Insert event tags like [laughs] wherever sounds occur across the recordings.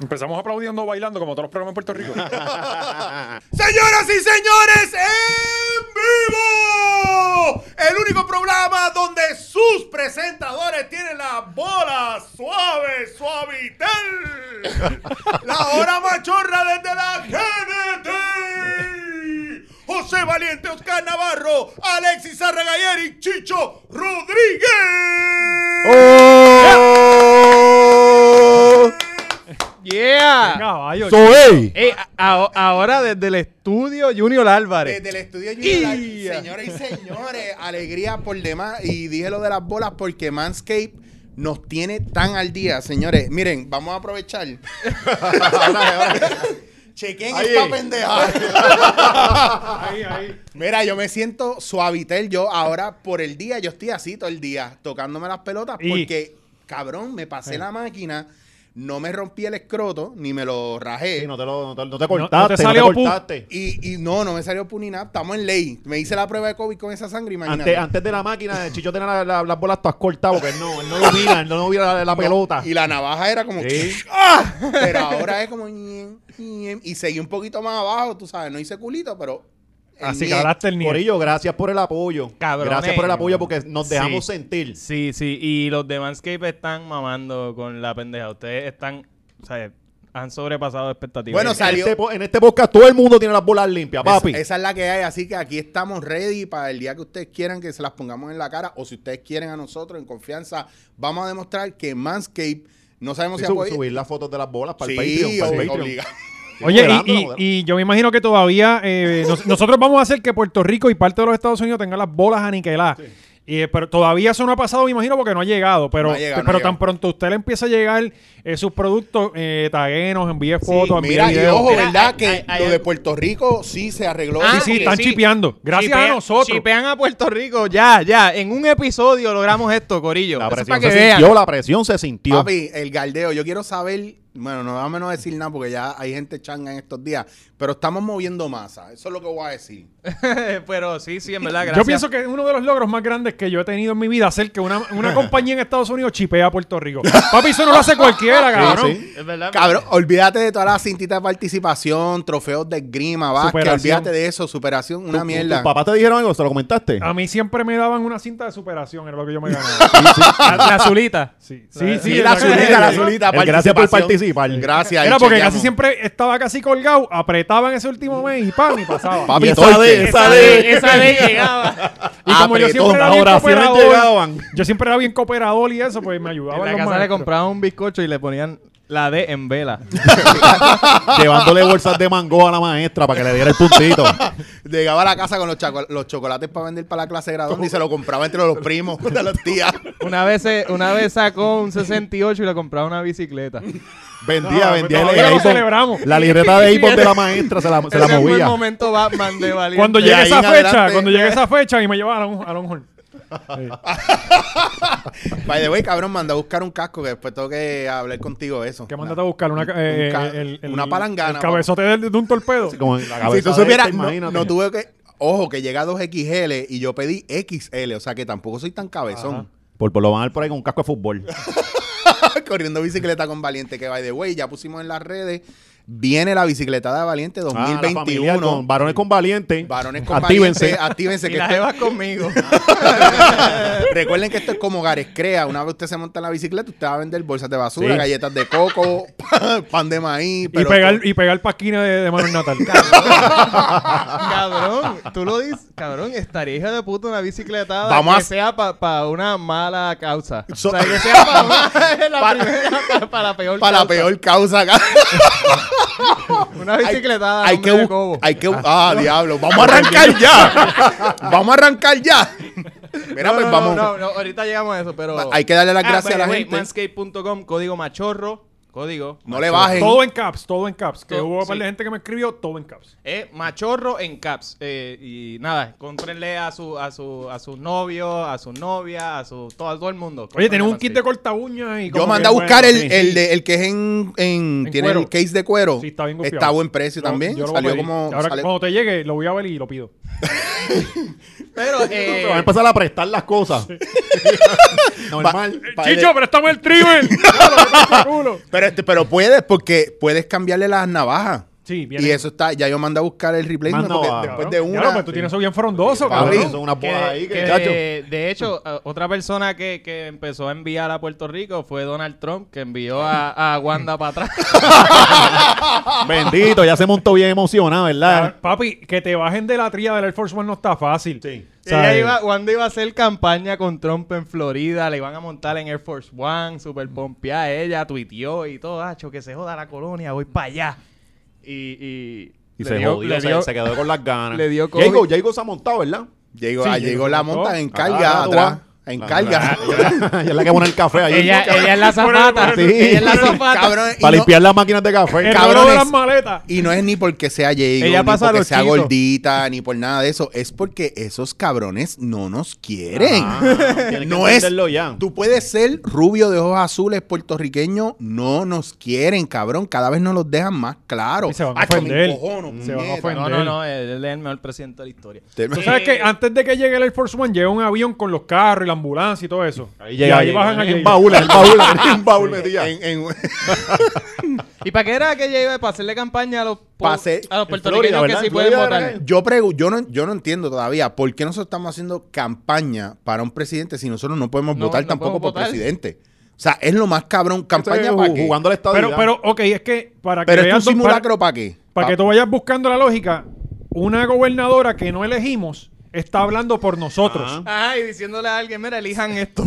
Empezamos aplaudiendo, bailando, como todos los programas en Puerto [laughs] Rico. Señoras y señores, en vivo, el único programa donde sus presentadores tienen la bola suave, suavitel. La hora machorra desde la GNT. José Valiente, Oscar Navarro, Alexis Arrega y Eric Chicho Rodríguez. Yeah. Caballo, Soy. Ey, a- a- ahora desde el estudio Junior Álvarez. Desde el estudio Junior, Y- señoras y señores, alegría por demás. Y dije lo de las bolas porque Manscape nos tiene tan al día, señores. Miren, vamos a aprovechar. Chequen Ahí. esta pendeja. ahí, ahí. Mira, yo me siento suavitel. Yo ahora por el día, yo estoy así todo el día, tocándome las pelotas Y- porque, cabrón, me pasé la máquina. No me rompí el escroto, ni me lo rajé. Sí, no te, lo, no, te, no no te te cortaste, no te, salió pu- cortaste. y, y no, no me salió puninap. Estamos en ley. Me hice la prueba de COVID con esa sangre, imagínate. Antes, antes de la máquina, el Chicho tenía la- la- las bolas todas cortadas porque él no, él no domina, él no domina la, la pelota. Y la navaja era como. Sí. ¡Ah! Pero ahora es como. ñem, ñem, Y seguí un poquito más abajo, tú sabes. No hice culito, pero. el Así que ñem. hablaste el niño. Corillo, gracias por el apoyo. Cabrones. Gracias por el apoyo porque nos dejamos eh. Sí. sentir. Sí, sí. Y los de Manscape están mamando con la pendeja. Ustedes están, o sea, han sobrepasado expectativas. Bueno, En Salió. este, po- en este podcast todo el mundo tiene las bolas limpias, Esa- papi. Esa, es la que hay, así que aquí estamos ready para el día que ustedes quieran que se las pongamos en la cara o si ustedes quieren a nosotros en confianza, vamos a demostrar que Manscape no sabemos Sí, si su- apoya- subir las fotos de las bolas para el Sí, Patreon. para ob- el Patreon. obligado. Eh, Sí, Oye, y- moderándolo, y, moderándolo. y yo me imagino que todavía eh, nos- nosotros vamos a hacer que Puerto Rico y parte de los Estados Unidos tengan las bolas aniquiladas. Y, eh, pero todavía eso no ha pasado, me imagino, porque no ha llegado. Pero, No ha llegado, no ha pero llegado. tan pronto usted le empieza a llegar eh, sus productos, eh, taguenos, envíe fotos, envíe Mira, y videos. ojo, Mira, ¿verdad? hay- que hay- hay lo de algo- Puerto Rico sí se arregló. sí, Ah, sí, están sí. chipeando. Gracias a Chipea- nosotros. Chipean a Puerto Rico, ya, ya. En un episodio logramos esto, Corillo. La Eso es presión para se que vean. sintió, la presión se sintió. Papi, el galdeo. Yo quiero saber, bueno, no vamos a no decir nada porque ya hay gente changa en estos días, pero estamos moviendo masa. Eso es lo que voy a decir. [laughs] Pero sí, sí, en verdad, Yo gracias. pienso que es uno de los logros más grandes que yo he tenido en mi vida, hacer que una, una compañía en Estados Unidos chipea a Puerto Rico. Papi, eso no lo hace cualquiera, cabrón. sí. Es verdad. Cabrón, olvídate de todas las cintitas de participación, trofeos de grima, básquet, Superación. olvídate de eso, superación, una ¿Tu- mierda. ¿Tus papás te dijeron algo? ¿Se lo comentaste? A mí siempre me daban una cinta de superación, era lo que yo me ganaba. La, la [laughs] azulita. Sí, sí, sí, la exacto. azulita, la azulita. El gracias por participación. participar. Gracias. ahí Era porque chequeamos. casi siempre estaba casi colgado, apretaba en ese último mes y pam, y pasaba. Papi, Y esa torque. de- Esa de, esa [laughs] de llegaba. y como yo siempre era bien apretón, las oraciones cooperador, llegaban. yo siempre era bien cooperador y eso, pues me ayudaba. En la los casa le maestros. compraban un bizcocho y le ponían la D en vela. Llevándole bolsas de mango a la maestra para que le diera el puntito. Llegaba a la casa con los, chaco- los chocolates para vender para la clase graduando y se lo compraba entre los primos de las tías. [laughs] Una vez, se- una vez sacó un 68 y le compraba una bicicleta. Vendía, Ah, No, pues vendía todavía el lo iPod. celebramos. La libreta de Avon de la maestra se la, se la Ese fue el movía. momento Batman de Valiente. Cuando De llegue ahí esa en fecha, adelante. cuando llegue esa fecha y me llevaba a Long- a Longhorn. By the way, cabrón, manda a buscar un casco que después tengo que hablar contigo de eso. Que mandaste a buscar una, ca- eh, Un ca- el- el- una el palangana, cabezote del- de, un torpedo. Como en la Si cabeza tú de supieras, esta, no, imagínate. no tuve que. Ojo, que llega a 2XL y yo pedí XL, o sea que tampoco soy tan cabezón. Por, por lo van a ir por ahí con un casco de fútbol. [laughs] Corriendo bicicleta con Valiente, que by the way, ya pusimos en las redes. Viene la bicicletada de Valiente Ah, la familia 2021. con varones con valiente. Varones con Actívense. [laughs] Valiente, actívense. Y Que la esto- llevas conmigo. [laughs] recuerden que esto es como Gares Crea. Una vez usted se monta en la bicicleta, usted va a vender bolsas de basura, Sí. galletas de coco, [laughs] pan de maíz. y, pero- pegar, y pegar paquina de, de Manuel [laughs] Natal. cabrón, tú lo dices. Cabrón, estaría hija de puta una bicicletada Vamos que a- sea para una mala causa. So- o sea, que sea [laughs] para [laughs] la Para- primera, para la peor Para la causa. peor causa, acá. Una bicicletada hay hombre que, de bu- cobo. hay que bu- ah, diablo, vamos a arrancar ya. vamos a arrancar ya. Mira, no, pues no, vamos. no, no, ahorita llegamos a eso, pero... Hay que darle las Ah, gracias a la by the way, gente. Manscaped.com, código machorro, código... No le bajen. todo en caps, todo en caps. Que Todo- hubo un par de sí. gente que me escribió, todo en caps. Eh, machorro en caps. Eh, y nada, cómprenle a su, a su, a sus novios, a sus novias, a su, todo, a todo el mundo. Oye, Cómprenle tenemos un Manscaped. kit de corta uñas y Yo como mandé a que, buscar bueno, el, sí. el, de- el que es en, en- En tiene el cuero. case de cuero. Sí, está bien a gufiado. buen precio Yo- también. yo lo voy a salió pedir. como Ahora salió- cuando te llegue, lo voy a ver y lo pido. Pero, eh, Te van a empezar a prestar las cosas. [laughs] Normal. Pa- Chicho, préstame el [laughs] trimen. Pero, este- pero puedes, porque puedes cambiarle las navajas. Sí, Y eso está, ya yo mandé a buscar el replay Más porque navajas. después de una. pues, tú tienes eso bien frondoso, Papi, cabrón. son unas que- bolas ahí que, que chacho. de, de hecho, a- otra persona que, que empezó a enviar a Puerto Rico fue Donald Trump, que envió a, a Wanda para [laughs] atrás. Bendito, ya se montó bien emocionado, ¿verdad? Papi, que te bajen de la tría del Air Force One no está fácil. Sí. O sea, [laughs] Ella iba- Wanda iba a hacer campaña con Trump en Florida, le iban a montar en Air Force One, super pompeada ella, tuiteó y todo, hacho, que se joda la colonia, voy para allá. Y, y, Y le se dio- jodió, le se, dio- se quedó con las ganas. le dio COVID. Jago, Jago se ha montado, ¿verdad? Llegó, Sí, ah, llegó, llegó la llegó. monta en Ah, carga tú atrás. vas. En [laughs] carga. [laughs] Ella es la que pone el café ahí. Ella, ella es la zafata. Sí. [laughs] Ella es la zafata. Cabrón, eh, y para no- limpiar las máquinas de café. el cabrones. cabrón de las maletas. Y no es ni porque sea Diego, Ella ni pasa porque los sea chitos. gordita, ni por nada de eso. Es porque esos cabrones no nos quieren. [laughs] Ah. tienes no que es. entenderlo ya. Tú puedes ser rubio de ojos azules puertorriqueño, no nos quieren, cabrón. Cada vez nos los dejan más claro. Y se van a Hacho, me ofender. Mm. encojono, Se van a puñeta. ofender. No, no, no, él es el mejor presidente de la historia. Te- Tú sabes que antes de que llegue el Air Force One, llega un avión con los carros y la ambulancia y todo eso. Ahí y llega, ahí llega. bajan a en Jago. baúl, [laughs] en baúl, en baúl [laughs] metida. En- en- ¿Y para qué era que ella iba? ¿Para hacerle campaña a los, pu- Pa' hacer- a los en puertorriqueños Florida, que sí ¿verdad? pueden Florida votar? era- yo, pregu- yo, no, yo no entiendo todavía por qué nosotros estamos haciendo campaña para un presidente si nosotros no podemos No, votar no tampoco podemos por votar. presidente. O sea, es lo más cabrón. Eso ¿Campaña es para ju- qué? jugando al estado. Pero, pero, ok, es que para que Pero es veas un do- simulacro Ah. para qué. Para que Pa- tú vayas buscando la lógica, una gobernadora que no elegimos está hablando por nosotros. Ah. Ajá, y diciéndole a alguien, mira, elijan esto.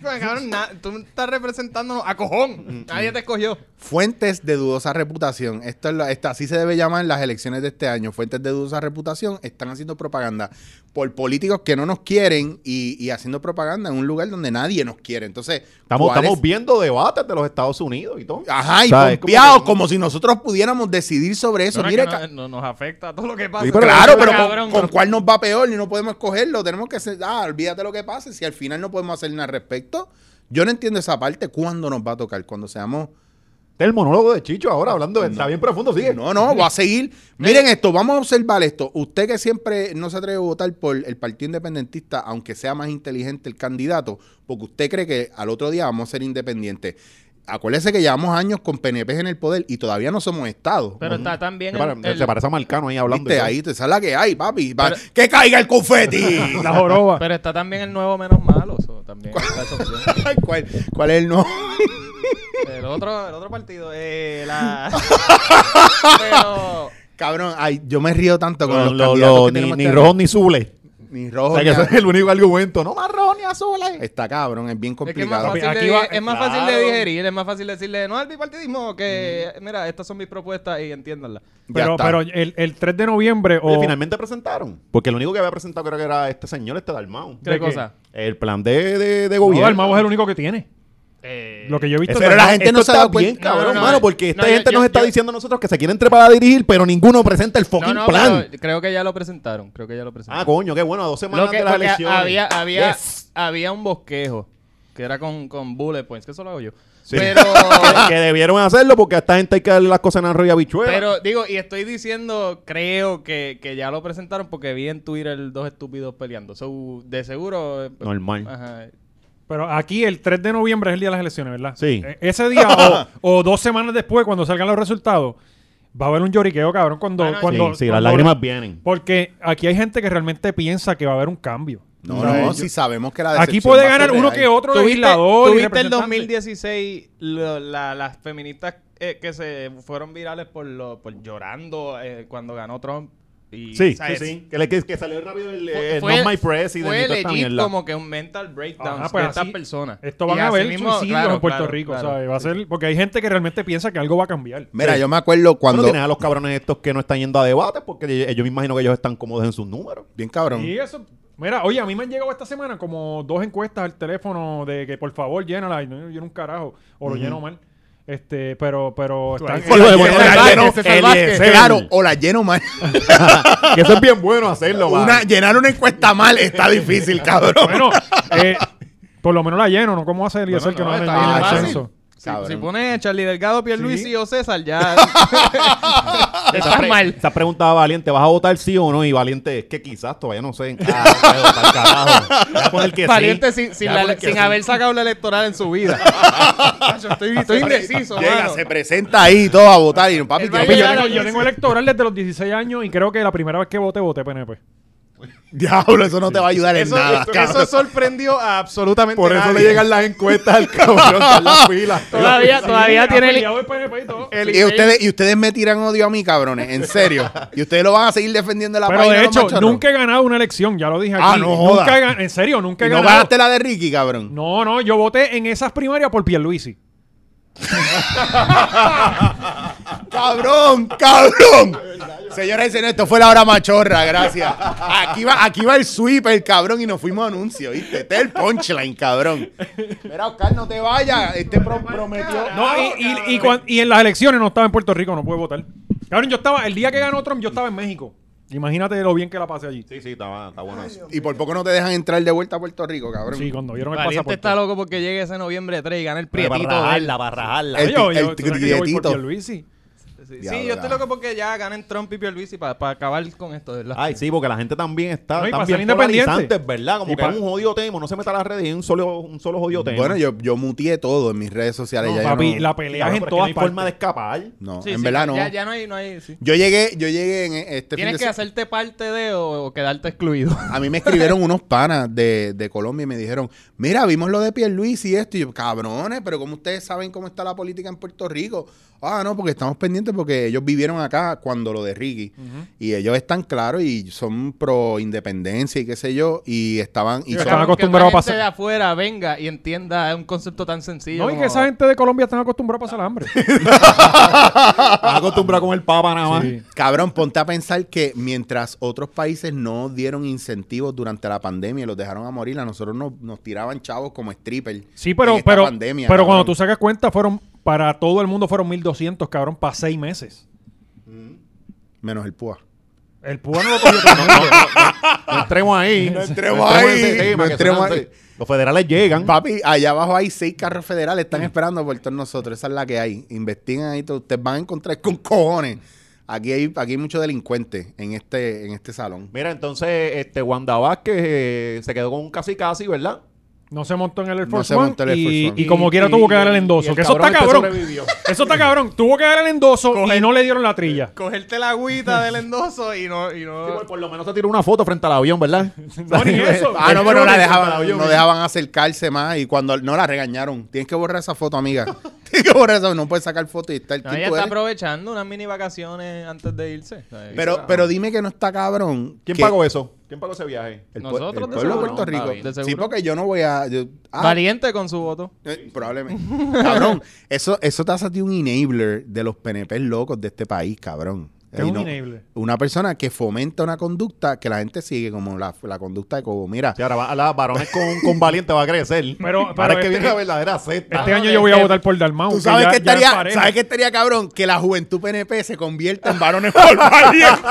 Bueno, Cabrón, na- tú estás representándonos a cojón. Nadie te escogió. Fuentes de dudosa reputación. Esto es lo- esta- así se debe llamar las elecciones de este año. Fuentes de dudosa reputación están haciendo propaganda por políticos que no nos quieren y, y haciendo propaganda en un lugar donde nadie nos quiere. Entonces, Estamos, ¿cuál estamos es? viendo debates de los Estados Unidos y todo. Ajá, y ¿Sabes? pompeados, Como que- como, si nosotros pudiéramos decidir sobre eso. No, no, Mira, que ca- no- no- nos afecta todo lo que pasa. Sí, pero- claro, pero Cabrón, con, con cuál nos va peor y no podemos escogerlo. Tenemos que ser, ah, olvídate lo que pase. Si al final no podemos hacer nada al respecto, yo no entiendo esa parte. ¿Cuándo nos va a tocar? Cuando seamos. Este es el monólogo de Chicho ahora, hablando. de- Está bien profundo, [laughs] sigue. No, no, va a seguir. Miren esto, vamos a observar esto. Usted que siempre no se atreve a votar por el Partido Independentista, aunque sea más inteligente el candidato, porque usted cree que al otro día vamos a ser independientes. Acuérdese que llevamos años con PNP en el poder y todavía no somos Estado. Pero está también Se, pare- el- el- se parece a Marcano ahí hablando. ¿Viste? y todo. Ahí te esa es la que hay, papi. Va- ¡Que caiga el [laughs] confeti! La joroba. pero está también el nuevo menos malo. so, también está esa opción. [laughs] Ay, ¿Cuál, ¿Cuál es el no? [laughs] El otro, el otro partido, eh, la... pero... Cabrón, ay, yo me río tanto con Lo- los lo- candidatos lo- que ni, tenemos ni este Oh, rojos ni azules. año. Ni rojo. O sea, que ni ese es azul. el único argumento. No más rojos ni azules. Está cabrón, es bien Es que es más, complicado. fácil, Aquí de, va- es más fácil de claro. digerir, es más fácil decirle no al bipartidismo que, mira, estas son mis propuestas y entiéndanlas. Ya Pero, está. pero el, el 3 de noviembre Oh. o... Oye, Este, finalmente presentaron. Porque el único que había presentado creo que era este señor, este Dalmau. ¿De ¿Qué qué? cosa? El plan de, de, de No, gobierno. el mago es el único que tiene. Eh, Lo que yo he visto... Pero es la Dalmau. gente Esto no se ha está dado bien, cuenta. cabrón, No, no, no, mano, eh. porque esta No, yo- gente yo- nos está yo- diciendo a nosotros que se quieren trepar a dirigir, pero ninguno presenta el no, fucking no, plan. pero creo que ya lo presentaron, creo que ya lo Ah, presentaron. coño, qué bueno, a dos semanas lo que, de las porque elecciones. había, había, [laughs] Yes. había un bosquejo que era con, con bullet points, que eso lo hago yo. Sí. Pero, [laughs] Que- que debieron hacerlo porque a esta gente hay que darle las cosas en arroyo y habichuela. pero digo, y estoy diciendo, creo que, que ya lo presentaron porque vi en Twitter dos estúpidos peleando. So, de seguro... eh, Normal. Ajá. Pero aquí el 3 de noviembre es el día de las elecciones, ¿verdad? Sí. E- ese día o, o dos semanas después, cuando salgan los resultados, va a haber un lloriqueo, cabrón, cuando... Ah, no, cuando sí, sí, las cuando- lágrimas vienen. Porque aquí hay gente que realmente piensa que va a haber un cambio. No, O sea, no, yo- si sabemos que la Aquí decepción puede va a ser ganar uno real. que otro ¿Tuviste- legislador. y ¿Tuviste el representante. 2016 lo- la- las feministas eh, que se fueron virales por, lo, por llorando eh, cuando ganó Trump? Y, Sí, ¿sabes? sí, sí. Que, le- que- que salió rápido el, Fue, eh, fue- Not My President. fue y toda esta legit mierda. como que un mental breakdown Ajá, pues de estas así- personas. Esto van Y a así haber mismo, suicidios claro, en Puerto claro, Rico, claro. ¿sabes? Va a ser, porque hay gente que realmente piensa que algo va a cambiar. Mira, Sí. yo me acuerdo Bueno, cuando. tienes a los cabrones estos que no están yendo a debates porque ellos, ellos me imagino que ellos están cómodos en sus números. [laughs] Bien cabrón. Y eso, mira, oye, a mí me han llegado esta semana como dos encuestas al teléfono de que por favor llénala y no yo lleno un carajo o lo lleno mal. Este, pero, pero están- Por lo de Buenos Ese es el Aires, lleno- ese es el Vázquez. Claro, o la [laughs] lleno mal. que eso es bien bueno hacerlo, va. Una- llenar una encuesta mal está difícil, cabrón. Bueno, eh, por lo menos la lleno, ¿no? ¿Cómo hace el Bueno, que no, no, hace está ni el fácil. censo? Si, Cabrón. si pones Charlie Delgado, Pierluisi Sí. o César, [laughs] ya Esa estás pre- mal. Esa pregunta a Valiente, ¿vas a votar sí o no? Y Valiente, es que quizás todavía no sé. Ah, no voy a votar, carajo. Voy a poner [laughs] que sí. Valiente sin, sin Ya la- poner que sin sí. haber sacado la electoral en su [laughs] vida. Yo estoy, estoy indeciso, Llega, mano. se presenta ahí todo a votar y papi, El tío, baile Yo pues, yo- Claro, tengo, yo sí. tengo electoral desde los 16 años y creo que la primera vez que voté, voté PNP. diablo, eso no te va a ayudar en Eso, nada. eso- cabrón. eso sorprendió a absolutamente Por eso nadie. le llegan las encuestas al cabrón, está en la fila. Todavía, todavía Sí, tiene el, afiliado del PNP y todo. el- Y ustedes, y ustedes me tiran odio a mí, cabrones, en serio. Y ustedes lo van a seguir defendiendo en la Pero página. de los hecho, machorros. nunca he ganado una elección, ya lo dije aquí. Ah, no joda. Nunca he gan- en serio, nunca he ¿Y no ganado. ganaste la de Ricky, cabrón. No, no, yo voté en esas primarias por Pierluisi. ¡Cabrón! ¡Cabrón! Señoras y señores, esto fue la hora machorra, gracias. Aquí va, aquí va el sweeper, cabrón, y nos fuimos a anuncio, ¿viste? Este es el punchline, cabrón. Mira, Oscar, no te vayas. Este pro- prometió. No, Ah, y, y, y, cuan- y en las elecciones no estaba en Puerto Rico, no pude votar. Cabrón, yo estaba, el día que ganó Trump, yo estaba en México. Imagínate lo bien que la pasé allí. Sí, sí, está, está bueno eso. Y por poco no te dejan entrar de vuelta a Puerto Rico, cabrón. Sí, cuando vieron el Valiente pasaporte. Este está loco porque llegue ese noviembre 3 y gana el prietito. Para de él. rajarla, para rajarla. El- Oye, yo- yo- el tú sabes que yo voy por grietito. Pierluisi. Sí, Diablo, yo estoy ya. loco porque ya ganen Trump y Pierluisi para acabar con esto, ¿verdad? Ah, Ay, sí, porque la gente también está No, y para también ser independiente. polarizantes, ¿verdad? Como Y que para- es un jodido tema, no se meta a las redes, es un solo, un solo jodido tema. Bueno, yo, yo mutié todo en mis redes sociales. No, ya yo papi, no- la pelea es Claro, pero en que todas no hay forma de partes. escapar. [laughs] No, Sí, en sí, verdad ya- no. Ya, ya no hay, no hay. sí. Yo llegué, yo llegué en este fin Tienes de que se- hacerte parte de o, o [laughs] quedarte excluido. A mí me escribieron unos panas de, de Colombia y me dijeron, mira, vimos lo de Pierluis y esto. Y yo, cabrones, pero como ustedes saben cómo está la política en Puerto Rico. Ah, no, porque estamos pendientes porque ellos vivieron acá cuando lo de Ricky. Y ellos están claros y son pro independencia y qué sé yo. Y estaban... Sí, Y son- Están Cabrón, que acostumbrados una a gente pasar- de afuera venga y entienda un concepto tan sencillo. No, y como- que esa gente de Colombia están acostumbrados a pasar hambre. Estás acostumbrado con el papa nada más. Sí. Cabrón, ponte a pensar que mientras otros países no dieron incentivos durante la pandemia y los dejaron a morir, a nosotros nos, nos tiraban chavos como stripper. Sí, pero, en esta pero, pandemia, pero cuando tú cabrón. sacas cuenta, fueron para todo el mundo fueron 1.200, cabrón, para seis meses. Menos el púa. El Púa no lo [laughs] cogió todo el mundo. No entremos ahí. No entremos ahí, en ese tema, no que entremos suenan- ahí. Los federales llegan. Papi, allá abajo hay seis carros federales, están esperando por todos nosotros. Esa es la que hay. Investiguen ahí, todo. ustedes van a encontrar con cojones. Aquí hay, aquí hay muchos delincuentes en este, en este salón. Mira, entonces, este, Wanda Vázquez eh, se quedó con un casi casi, ¿verdad? No se montó en el Air No Force se One montó el Air y, Force One. y como quiera Y- tuvo que y- dar el y endoso. el que eso está cabrón cabrón. [laughs] este sobrevivió. Eso está cabrón. Tuvo que dar el endoso y no le dieron la trilla. Cogerte la agüita del endoso y no. [laughs] Y Sí, no... pues, por- por lo menos te tiró una foto frente al avión, ¿verdad? [laughs] No, ni eso. Ah, no, pero la dejaban, avión. no dejaban acercarse más y cuando no la regañaron. Tienes que borrar esa foto, amiga. [laughs] Tienes que borrar esa foto. No puedes sacar foto y estar. No, ¿quién ella tú está eres? aprovechando unas mini vacaciones antes de irse. ¿sabes? Pero, pero dime que no está cabrón. ¿Quién que- pagó eso? ¿Quién pagó ese viaje? El, pue- Nosotros, el pueblo de de seguro, Puerto no, Rico. David. De sí, seguro. porque yo no voy a. yo- ah, Valiente con su voto. eh, [laughs] probablemente. Cabrón, eso, eso te hace a ti un enabler de los PNP locos de este país, cabrón. ¿Qué es Y un enabler? Una persona que fomenta una conducta que la gente sigue, como la, la conducta de Cobo. Mira, Sí, ahora va- la varones con, con valiente va a crecer. Pero- ahora pero es que este- viene la verdadera secta. [laughs] Este año yo voy a votar por Dalmau. tú que sabes ya- que ya estaría, pareja. ¿sabes que estaría cabrón? Que la juventud PNP se convierta en varones [laughs] por valiente.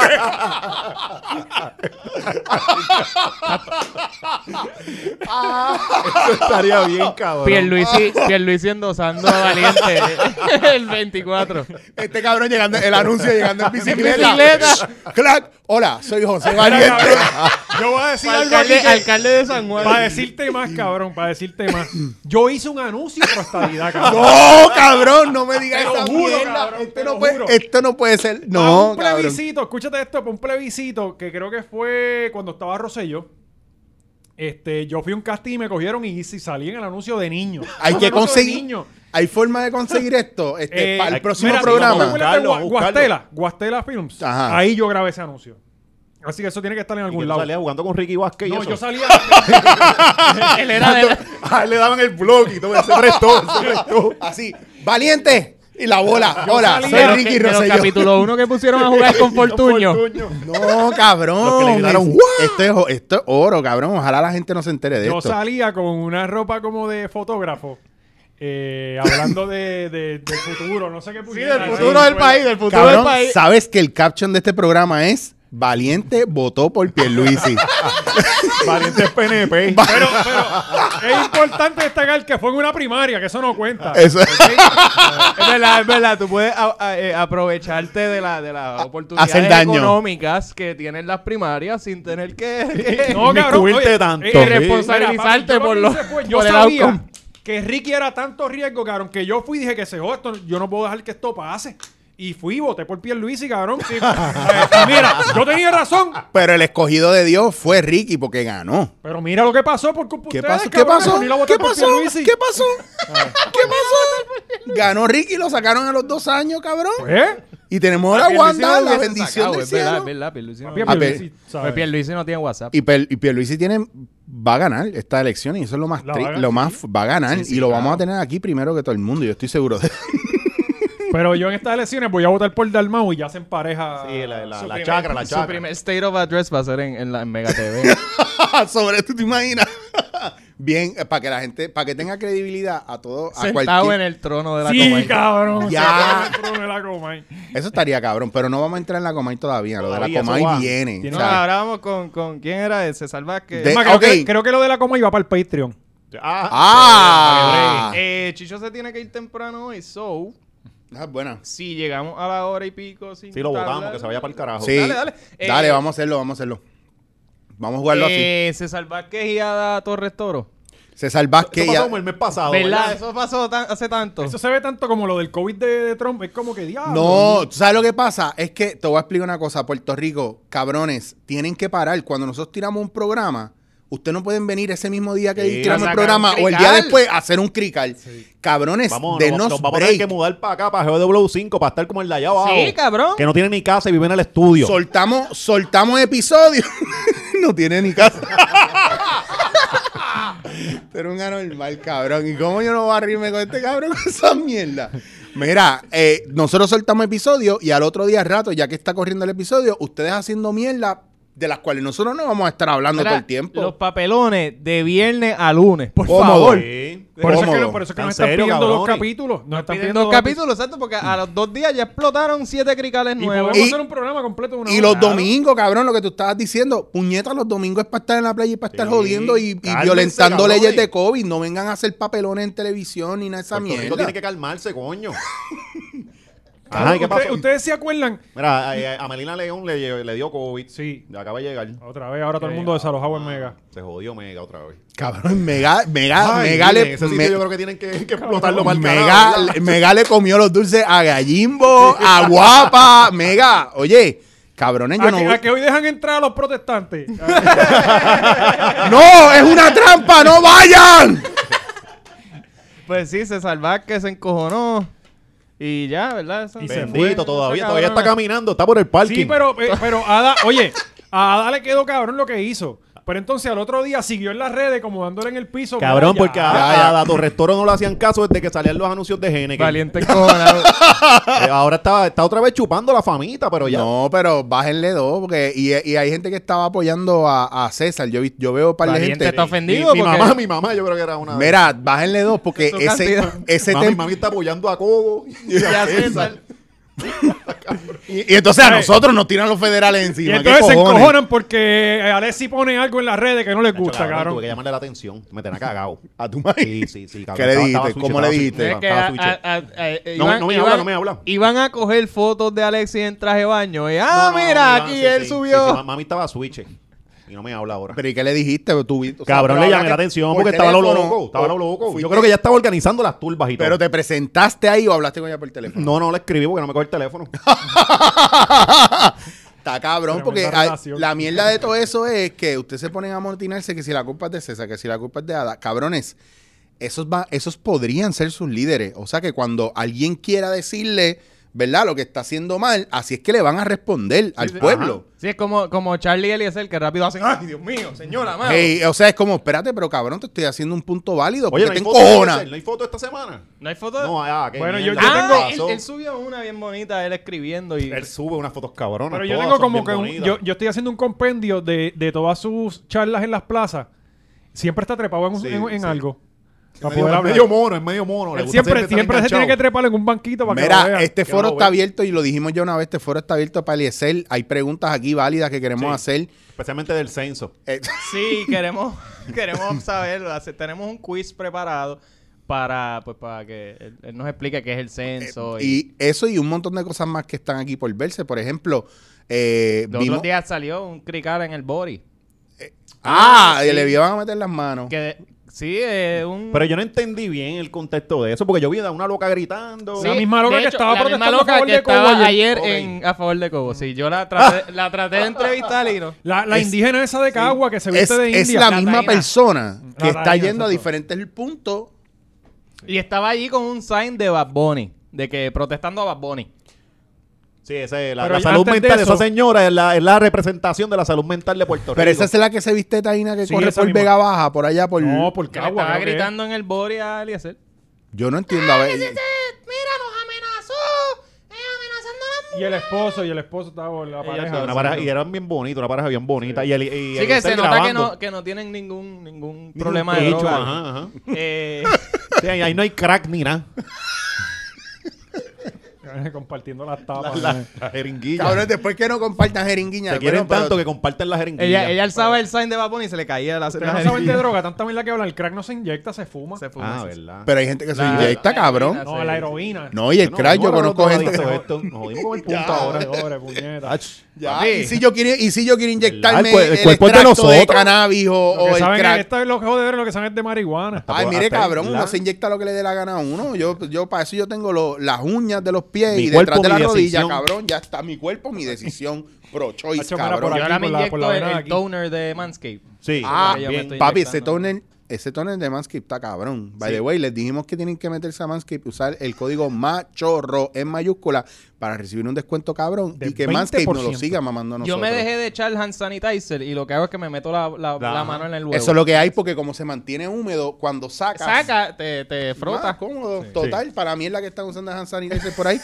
estaría bien, [laughs] cabrón. Pierluisi, [laughs] Pierluisi endosando a Valiente [laughs] el 24. Este cabrón llegando, el anuncio llegando [laughs] en bicicleta. bicicleta. Clac. Hola, soy José Mira, Valiente. cabrón, Yo voy a decir algo aquí Alcalde, que- alcalde de San Juan. Para decirte más, cabrón, para decirte más. Yo hice un anuncio pro estabilidad, cabrón. No, cabrón, no me digas Te lo esa juro, mierda. cabrón, esto, te no lo puede, juro. esto no puede ser. Para No, un cabrón. plebiscito, escúchate esto, para un plebiscito que creo que fue cuando estaba Rosselló. Este, yo fui a un casting y me cogieron y, hice- salí en el anuncio de niño. [laughs] Hay Un que anuncio de conseguir. niño. Hay forma de conseguir esto este, Eh, para el hay- próximo mira, programa. si no, Buscarlo, Gua- buscarlo. Guastela, Guastela Films. Ajá. Ahí yo grabé ese anuncio. Así que eso tiene que estar en Y que algún tú lado. salías jugando con Ricky Vázquez y no, eso. yo salía. Él era de la- [laughs] A él le daban el blog y todo, él se restó, él [laughs] se restó. Así, valiente. Y la bola. Hola, salí soy de los Ricky de los Rosselló. capítulo 1 que pusieron a jugar con Fortuño. No, cabrón. Los que le gritaron, Es- "Guau". esto, es, o- esto es oro, cabrón. Ojalá la gente no se entere [laughs] de yo esto. salía con una ropa como de fotógrafo. eh, hablando de, de- del futuro, no sé qué Sí, del futuro del país, del futuro Cabrón, del país. sabes que el caption de este programa es Valiente votó por [laughs] Pierluisi. [laughs] Valientes PNP. Pero, pero es importante destacar que fue en una primaria, que eso no [laughs] cuenta. Eso- Es verdad, es verdad. Tú puedes a- a- eh, aprovecharte de, la, de las oportunidades hacer daño. económicas que tienen las primarias sin tener que, [laughs] que- No, cabrón. Inmiscuirte oye, tanto. eh, Sí. Responsabilizarte yo lo por que lo- hice fue, Yo por el sabía outcome. que Ricky era tanto riesgo, cabrón, que yo fui y dije que se joda, esto- yo no puedo dejar que esto pase. Y fui, voté por Pierluisi, cabrón. [laughs] Sí, eh, y mira, yo tenía razón. Pero el escogido de Dios fue Ricky porque ganó. Pero mira lo que pasó por culpa de ¿Qué ustedes, pasó? ¿Qué cabrones, pasó? por ir a ¿Qué votar por pasó? Pierluisi. Ah. ¿Qué pasó? ¿Qué pasó? Ganó Ricky, lo sacaron a los dos años, cabrón. ¿Eh? Y tenemos ahora a Pierluisi Wanda, lo la hubiese bendición sacado, del es verdad, cielo. es verdad, Pierluisi no- Papi, A ver. Pierluisi, ¿sabes? Pues Pierluisi no tiene WhatsApp. Y, Pel- y Pierluisi tiene, va a ganar. Esta elección, y eso es lo más La va a tri- ganar, lo más va a ganar. Sí, sí, y lo vamos claro. a tener aquí primero que todo el mundo, yo estoy seguro de [laughs] Pero yo en estas elecciones voy a votar por Dalmau y ya se empareja. [laughs] Sí, la, la, su la primer- chacra, la Su chacra. primer state of address va a ser en, en la en [laughs] Mega TV. Sobre esto, ¿te imaginas? [laughs] Bien, eh, para que la gente, para que tenga credibilidad a todo, a sentado cualquier... en el trono de la Sí, Comay. cabrón. Ya. se pone el trono de la Comay. Eso estaría cabrón, pero no vamos a entrar en la Comay todavía. Lo Todavía, de eso la Comay va. viene. Tiene o No, sea, ahora vamos con, con quién era ese salvaje. De- Es más, creo, que- Eh, ok. creo que lo de la Comay va para el Patreon. Ah. ¡Ah! Eh, Chicho se tiene que ir temprano hoy, so Ah, buena. si llegamos a la hora y pico sin Sí, lo votamos, tabla- que se vaya para el carajo. Sí. Dale, dale. Eh, Dale, vamos a hacerlo, vamos a hacerlo. Vamos a jugarlo eh, César Vázquez y Ada Torres Toro. así. César ¿Qué Vázquez pasó ya... como el mes pasado? ¿Verdad? ¿verdad? Eso pasó tan- hace tanto. Eso se ve tanto como lo del COVID de, de Trump. Es como que diablo. No, ¿tú ¿sabes lo que pasa? Es que te voy a explicar una cosa. Puerto Rico, cabrones, tienen que parar. Cuando nosotros tiramos un programa, ustedes no pueden venir ese mismo día que Sí, tiramos el sacar programa un o el día crical. después a hacer un crical. Cabrones, Vamos, nos, denos nos vamos a break. tener que mudar para acá, para GW5, para estar como el de allá abajo. Sí, cabrón. Que no tiene ni casa y vive en el estudio. Soltamos, soltamos episodios. [laughs] no tiene ni casa. [laughs] Pero un anormal, cabrón. ¿Y cómo yo no voy a rirme con este cabrón con esa mierda? Mira, eh, nosotros soltamos episodios y al otro día al rato, ya que está corriendo el episodio, ustedes haciendo mierda de las cuales nosotros no vamos a estar hablando Mira, todo el tiempo. Los papelones de viernes a lunes, por Cómodo. favor. Sí. Por eso, es que, Cómodo. por eso es que ¿En nos están serio, pidiendo dos cabrones? capítulos. Nos están Piden pidiendo dos capítulos, ¿cierto? Porque a los dos días ya explotaron siete cricales Y nuevos. podemos Y- hacer un programa completo. de una y hora. los domingos, cabrón, lo que tú estabas diciendo, puñetas, los domingos es para estar en la playa y para estar Sí, jodiendo y, y cálmense, violentando cabrones. leyes de COVID. No vengan a hacer papelones en televisión ni nada de esa Puerto Rico mierda. tiene que calmarse, [laughs] coño. Cabrón, Ajá, ¿y qué ¿ustedes- pasó? ¿Ustedes se acuerdan? Mira, a, a Melina León le, le dio COVID. Sí. Acaba de llegar. Otra vez, ahora todo el mundo desalojado en Mega. Se jodió Mega otra vez. Cabrón, Mega, Mega, Ay, Mega miren, le. ese sitio me- yo creo que tienen que, que explotarlo para el Mega, carajo, ¿verdad? le- Mega le comió los dulces a Gallimbo, a Guapa, Mega. Oye, cabrones, yo ¿A, no. que, voy- a que hoy dejan entrar a los protestantes. [laughs] ¡No! ¡Es una trampa! ¡No vayan! Pues sí, César Vázquez se encojonó. Y ya, ¿verdad? Eso- Y se Bendito, todavía, Esa todavía está cabrona. caminando, está por el parking. sí, pero, eh, pero Ada, oye, a Ada le quedó cabrón lo que hizo. Pero entonces al otro día siguió en las redes como dándole en el piso. Cabrón, porque Ya, a, ya. a, a Torrestoro no le hacían caso desde que salían los anuncios de Gene. [laughs] Valiente encojonado. Eh, ahora está, está otra vez chupando la famita, [laughs] pero ya. No, pero bájenle dos, porque. Y, y hay gente que estaba apoyando a, a César. Yo, vi- yo veo para la Valiente gente. está Mi- ofendido mi, porque... mamá, mi mamá, yo creo que era una. de- Mira, bájenle dos, porque Su ese, cantidad. ese Mami, tema. mami está apoyando a [laughs] Cobo. Y Ya a César. César. Y, y entonces a nosotros nos tiran los federales Y encima. ¿qué entonces se cojones? encojonan porque eh, Alessi pone algo en las redes que no les gusta, Cabrón, cabrón. Tuve que llamarle la atención. Me tenía cagado. A tu madre. Sí, sí, sí. cabrón. ¿Qué le Estaba- dijiste? estaba switchado, ¿Cómo le estaba dijiste? switchado, Es que estaba a- switchado. a- a- eh, eh, No, iban- no me iban- habla, no me habla. Iban a coger fotos de Alexis en traje de baño. Y, No, ah, no, no, mira, no, aquí sí, él sí, sí, sí, subió. ma- mami estaba switch. Y no me habla ahora. Pero ¿y qué le dijiste? Tú, vi- o sea, Cabrón, pero le hablaste llamé la atención por porque estaba lo teléfono, loco. Estaba lo o- loco. Yo fuiste- creo que ya estaba organizando las turbas y todo. Pero te presentaste ahí o hablaste con ella por teléfono. No, no le escribí porque no me coge el [laughs] teléfono. Ah, Está cabrón, Tremenda porque hay- relación. la mierda de todo eso es que ustedes se ponen a amortinarse que si la culpa es de César, que si la culpa es de Ada. Cabrones, esos, va- esos podrían ser sus líderes. O sea que cuando alguien quiera decirle, ¿verdad?, lo que está haciendo mal, así es que le van a responder al pueblo. Sí, es como, como Charlie Eliezer que rápido hacen, ay, Dios mío, señora, madre. Hey, o sea, es como, espérate, pero cabrón, te estoy haciendo un punto válido. Oye, porque no hay, te foto de encojona. César, no hay foto esta semana. ¿No hay fotos? No, ah, qué Bueno, yo- mierda, yo ¿qué ah, él, pasó? él subió una bien bonita, él escribiendo y... Él sube unas fotos cabronas. Pero yo todas tengo son como bien que un- bonitas. yo, yo estoy haciendo un compendio de, de todas sus charlas en las plazas. Siempre está trepado en, un- Sí, en- en sí. algo. Es Para medio, poder es hablar. medio mono, es medio mono. le Él gusta siempre, estar siempre se enganchado. tiene que trepar en un banquito para que lo Mira, vea. este que foro lo está vea. abierto y lo dijimos ya una vez, este foro está abierto para Eliezer. Hay preguntas aquí válidas que queremos Sí. hacer. Especialmente del censo. Eh, Sí, queremos, [laughs] queremos saberlo. hace- tenemos un quiz preparado para, pues, para que él, él nos explique qué es el censo. Eh, y y eso y un montón de cosas más que están aquí por verse. Por ejemplo, eh, los vimos- otros días salió un crical en el body. Ah, Sí. le iban a meter las manos. Que de- sí, eh, un... Pero yo no entendí bien el contexto de eso, porque yo vi a una loca gritando. Sí, La misma loca de que estaba la misma protestando a loca favor que de Cobo estaba ayer. ayer Ok. en, a favor de Cobo. Sí, [laughs] yo la traté, la traté de entrevistar y no. La, la indígena esa de Cagua que se Es, viste de India. es la La misma taína. persona que La está taína, yendo a exacto. diferentes puntos. Y estaba allí con un sign de Bad Bunny, de que protestando a Bad Bunny. Sí, esa es la, Pero la ya salud antes de mental. eso- esa señora es la, es la representación de la salud mental de Puerto Rico. Pero esa es la que se viste taína que Sí, corre esa por misma. Vega Baja, por allá por. No, por Que le Cagua. estaba creo que es. gritando en el body a Eliezer. Yo no entiendo a ver. Mira, nos amenazó. Eh, amenazando a Y el esposo, y el esposo estaba la pareja. Una pareja- y eran bien bonitos, una pareja bien bonita. Y el, y Sí, el que estar se nota que grabando. no, que no tienen ningún, ningún Ni problema un de pecho, droga. ajá, ajá. Eh, Sí, ahí ahí no hay crack ni [laughs] nada. [laughs] Compartiendo las tapas. La, la jeringuilla. Cabrón, después que no compartan jeringuilla. se quieren bueno, pero- tanto que comparten la jeringuilla. Ah, ella, ella alzaba el sign de Bad Bunny y se le caía la, Ustedes no la saben de jeringuilla. droga, tanta mierda que hablan. El crack no se inyecta, se fuma. Se fue. Ah, Sí, sí. verdad. Pero hay gente que se La- inyecta, la- cabrón. la- no, la heroína. no, y el No, crack, yo ahora conozco nosotros gente. jodimos esto, Nos [laughs] jodimos con el punto ahora. Pobre, pobre, puñeta. Ach, Ya, Papi. y si yo quiero, y si yo quiero inyectarme El cu- el el, cuerpo es de extracto de, nosotros. cannabis o, Lo o que el saben es, crack. esto es lo que joder, lo que saben es de marihuana. Ay, mire, Hasta- cabrón, la- uno se inyecta lo que le dé la gana a uno. Yo, yo para eso yo tengo lo- las uñas de los pies Mi y detrás cuerpo, de la mi rodilla, decisión. cabrón. Ya está mi cuerpo, mi decisión. Pro choice, Hacho, mira, cabrón. por Yo ahora aquí, me por la- por la inyecto el, vena de el aquí. toner de Manscape. Sí. Ah, yo me estoy Papi, ese inyectando. toner, ese toner de Manscaped está cabrón. By Sí. the way, les dijimos que tienen que meterse a Manscaped, usar el código MACHORRO en mayúscula para recibir un descuento cabrón Del y que Manscaped nos lo 20%. siga mamando a Yo nosotros. me dejé de echar hand sanitizer y lo que hago es que me meto la, la- Ajá. la mano en el huevo. Eso es lo que hay porque como se mantiene húmedo, cuando sacas... Saca, te, te Más frotas. cómodo, total, para mí es la que están usando hand sanitizer [laughs] por ahí.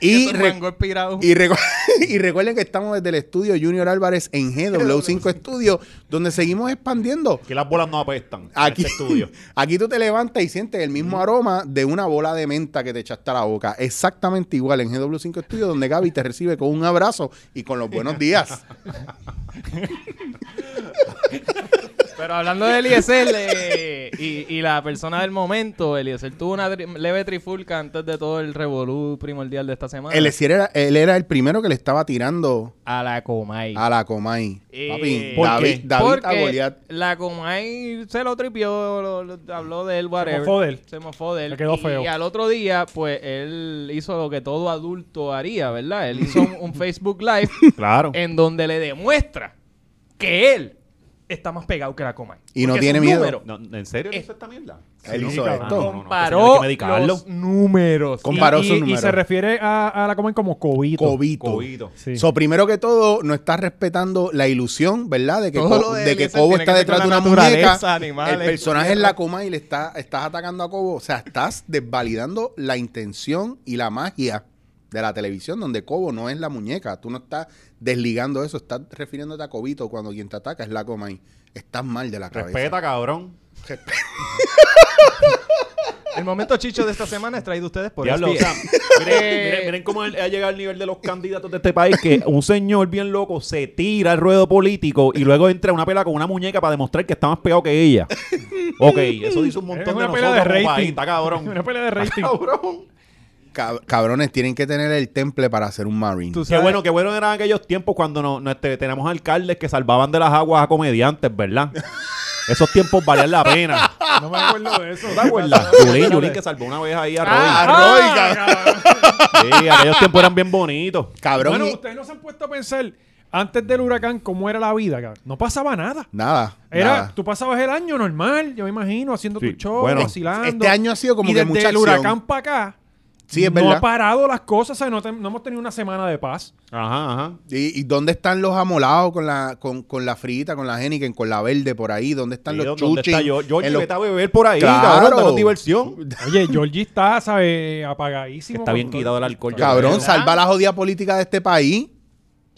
y, Eso es re- mango espirado. y, recu- [laughs] y recuerden que estamos desde el estudio Junior Álvarez en GW5 Studio, donde seguimos expandiendo. Que las bolas no apestan. Aquí, En este estudio. aquí tú te levantas y sientes el mismo aroma de una bola de menta que te echaste a la boca. Exactamente igual en GW5 Studio, donde Gaby te recibe con un abrazo y con los buenos [laughs] días. Pero hablando de Eliezer eh, y, y la persona del momento, Eliezer tuvo una tri- leve trifulca antes de todo el revolú primordial de esta semana. Él, era, él era el primero que le estaba tirando a la Comay. a la Comay. Eh, Papi, ¿por David, qué? David a Porque Goliat. La Comay se lo tripió, lo- lo- habló de él, whatever. mofó de él. Se mofó de él. Le quedó y, feo. Y al otro día, pues él hizo lo que todo adulto haría, ¿verdad? Él hizo un, un Facebook [laughs] Live Claro. Eh, en donde le demuestra que él está más pegado que la Comay. Y no Porque tiene sus miedo. números No, ¿En serio Eh, hizo esta mierda? Él Sí, hizo cabrón. esto. No, no, no, Comparó señor, hay que medicarlo. los números. Comparó y, sus y- y números. se refiere a, a la comen como COVID. Cobito. Cobito. Sí. So, primero que todo, no estás respetando la ilusión, ¿verdad? De que, Todo Co- lo de de que Eliezer Cobo tiene está que ver detrás de con una la naturaleza, muñeca. animales, el personaje en la coma y le está, estás atacando a Cobo. O sea, estás desvalidando la intención y la magia de la televisión, donde Cobo no es la muñeca. Tú no estás desligando eso, estás refiriéndote a Cobito cuando quien te ataca es la coma y estás mal de la cabeza. Respeta, cabrón. El momento chicho de esta semana es traído a ustedes por Diablo, o [laughs] SBS. sea, miren, Eh. miren- miren cómo ha llegado el nivel de los candidatos de este país que un señor bien loco se tira al ruedo político y luego entra una pela con una muñeca para demostrar que está más pegado que ella. Ok, eso dice un montón Es una de pela nosotros de como rating. país, está [laughs] cabrón. Una pelea de [laughs] Está rating. cabrón. Cab- cabrones, tienen que tener el temple para hacer un Marine. Tú Qué sabes- bueno, qué bueno eran aquellos tiempos cuando no, no, este, teníamos alcaldes que salvaban de las aguas a comediantes, [laughs] ¿verdad? Esos tiempos valían la pena. No me acuerdo de eso. Ah, ¿No te acuerdas? Yulín, Yulín que salvó una vez ahí a Roy. Ah. Sí, aquellos tiempos eran bien bonitos. Cabrón, Bueno, y- ustedes no se han puesto a pensar antes del huracán cómo era la vida, cabrón. No pasaba nada. nada. Era, nada. tú pasabas el año normal, yo me imagino, haciendo Sí, tu show, bueno, vacilando. este año ha sido como y que desde mucha el acción. huracán para acá, Sí, es no verdad. ha parado las cosas, o sea, no, te- no hemos tenido una semana de [laughs] paz. Ajá, ajá. ¿Y, y dónde están los amolados con la, con, con la frita, con la Henneken, con la verde por ahí? ¿Dónde están Sí, los ¿dónde chuchis? está Yo- Georgie, En los- vete a beber por ahí, Claro. cabrón, danos diversión. Oye, Georgie está, ¿sabes? Apagadísimo. Está bien con todo. quitado el alcohol. yo Cabrón, creo. sal- salva la jodida política de este país.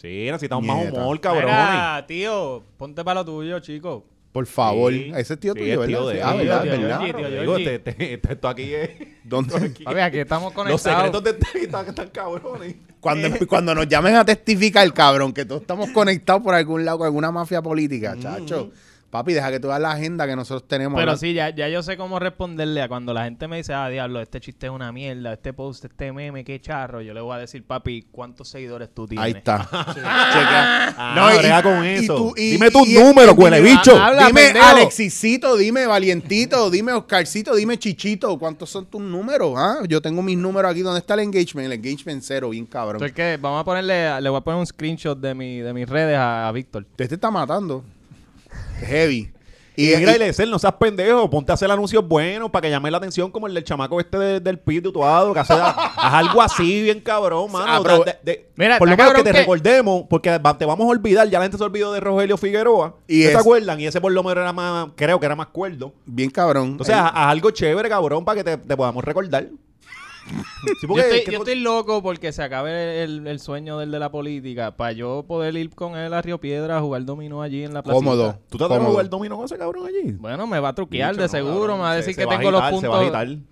Sí, necesitamos más Mierda. humor, Mira, cabrones. tío, ponte para lo tuyo, chico. Por favor. Sí. Ese es tío Sí, tuyo, es ¿verdad? tío de ah, él. ¿verdad? Tío, tío, ¿verdad? tío, tío. Digo, te- te- te- este, esto aquí es... ¿Dónde- Papi, aquí estamos Los secretos conectados. de esta vida que están cabrones. [laughs] Cuando, cuando nos llamen a testificar, cabrón, que todos estamos conectados por algún lado con alguna mafia política, Mm. chacho. Papi, deja que tú veas la agenda que nosotros tenemos. Pero Habla- sí, ya, ya yo sé cómo responderle a cuando la gente me dice, ah, diablo, este chiste es una mierda, este post, este meme, qué charro. Yo le voy a decir, papi, ¿cuántos seguidores tú tienes? Ahí [laughs] está. Ah, Chequea. brega con eso. Dime tu tus números, huele bicho. Habla, dime pendejo. Alexisito, dime Valientito, dime Oscarcito, dime Chichito. ¿Cuántos son tus números? ah? Yo tengo mis números aquí. ¿Dónde está el engagement? El engagement cero, bien cabrón. Entonces, ¿qué? Vamos a ponerle, le voy a poner un screenshot de, mi, de mis redes a, a Víctor. Este está matando. Heavy. Y mira, y le dicen, no seas pendejo, ponte a hacer anuncios buenos para que llame la atención como el del chamaco este de- del pit de Utuado, [laughs] que hace haz algo así bien cabrón, mano. Ah, O sea, pero- de- de- Mira, por lo está menos que cabrón te que- recordemos, porque va- te vamos a olvidar, ya la gente se olvidó de Rogelio Figueroa. Y ¿Y es- se acuerdan? Y ese por lo menos era más, creo que era más cuerdo. bien cabrón. Entonces, haz, haz algo chévere, cabrón, para que te, te podamos [laughs] recordar. Sí, porque- yo estoy, que yo tú- estoy loco porque se acabe el, el sueño del de la política para yo poder ir con él a Río Piedra a jugar dominó allí en la placita. cómodo. ¿Tú te atreves a cómodo. jugar el dominó con ese cabrón allí? Bueno, me va a truquear Mucho, de no, seguro, cabrón. me va a Se- decir se que va a tengo los agitar, Se va a puntos. Ah, agitar.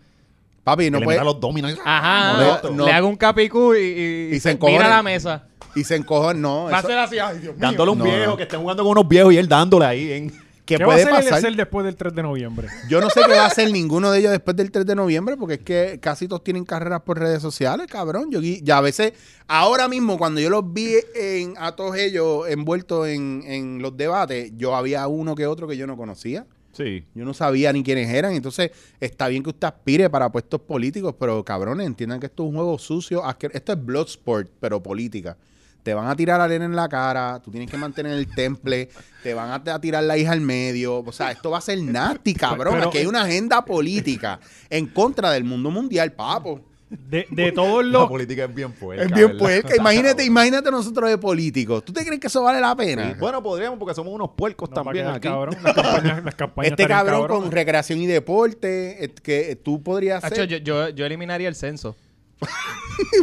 Papi, no Que le puede. meta los dominos. y- Ajá, No, le- no. le hago un capicú y, Y se encojona. mira la mesa. Y se encojó. No, Va a eso- ser así, ay Dios mío. Dándole a un No, viejo no. que esté jugando con unos viejos y él dándole ahí. En... que ¿Qué va a puede hacer el pasar. Excel después del 3 de noviembre? Yo no sé qué va a hacer ninguno de ellos después del 3 de noviembre, porque es que casi todos tienen carreras por redes sociales, cabrón. Yo gui- ya a veces, ahora mismo, cuando yo los vi en, a todos ellos envueltos en, en los debates, yo había uno que otro que yo no conocía. Sí. Yo no sabía ni quiénes eran. Entonces, está bien que usted aspire para puestos políticos, pero cabrones, entiendan que esto es un juego sucio. asque- Esto es Bloodsport, pero política. Te van a tirar arena en la cara, tú tienes que mantener el temple, te van a, a tirar la hija al medio. O sea, esto va a ser nasty, cabrón. Pero- Aquí hay una agenda política en contra del mundo mundial, papo. De, [laughs] de todos La los... política es bien fuerte. Es bien ¿verdad? puerca. Imagínate, imagínate nosotros de políticos. ¿Tú te crees que eso vale la pena? Sí, Bueno, podríamos porque somos unos puercos No, también va a aquí. quedar cabrón. Las campañas, las campañas este están pues, bien cabrón, con cabronas. recreación y deporte, eh, que eh, tú podrías Hacho, hacer. yo, yo, yo eliminaría el censo. [laughs]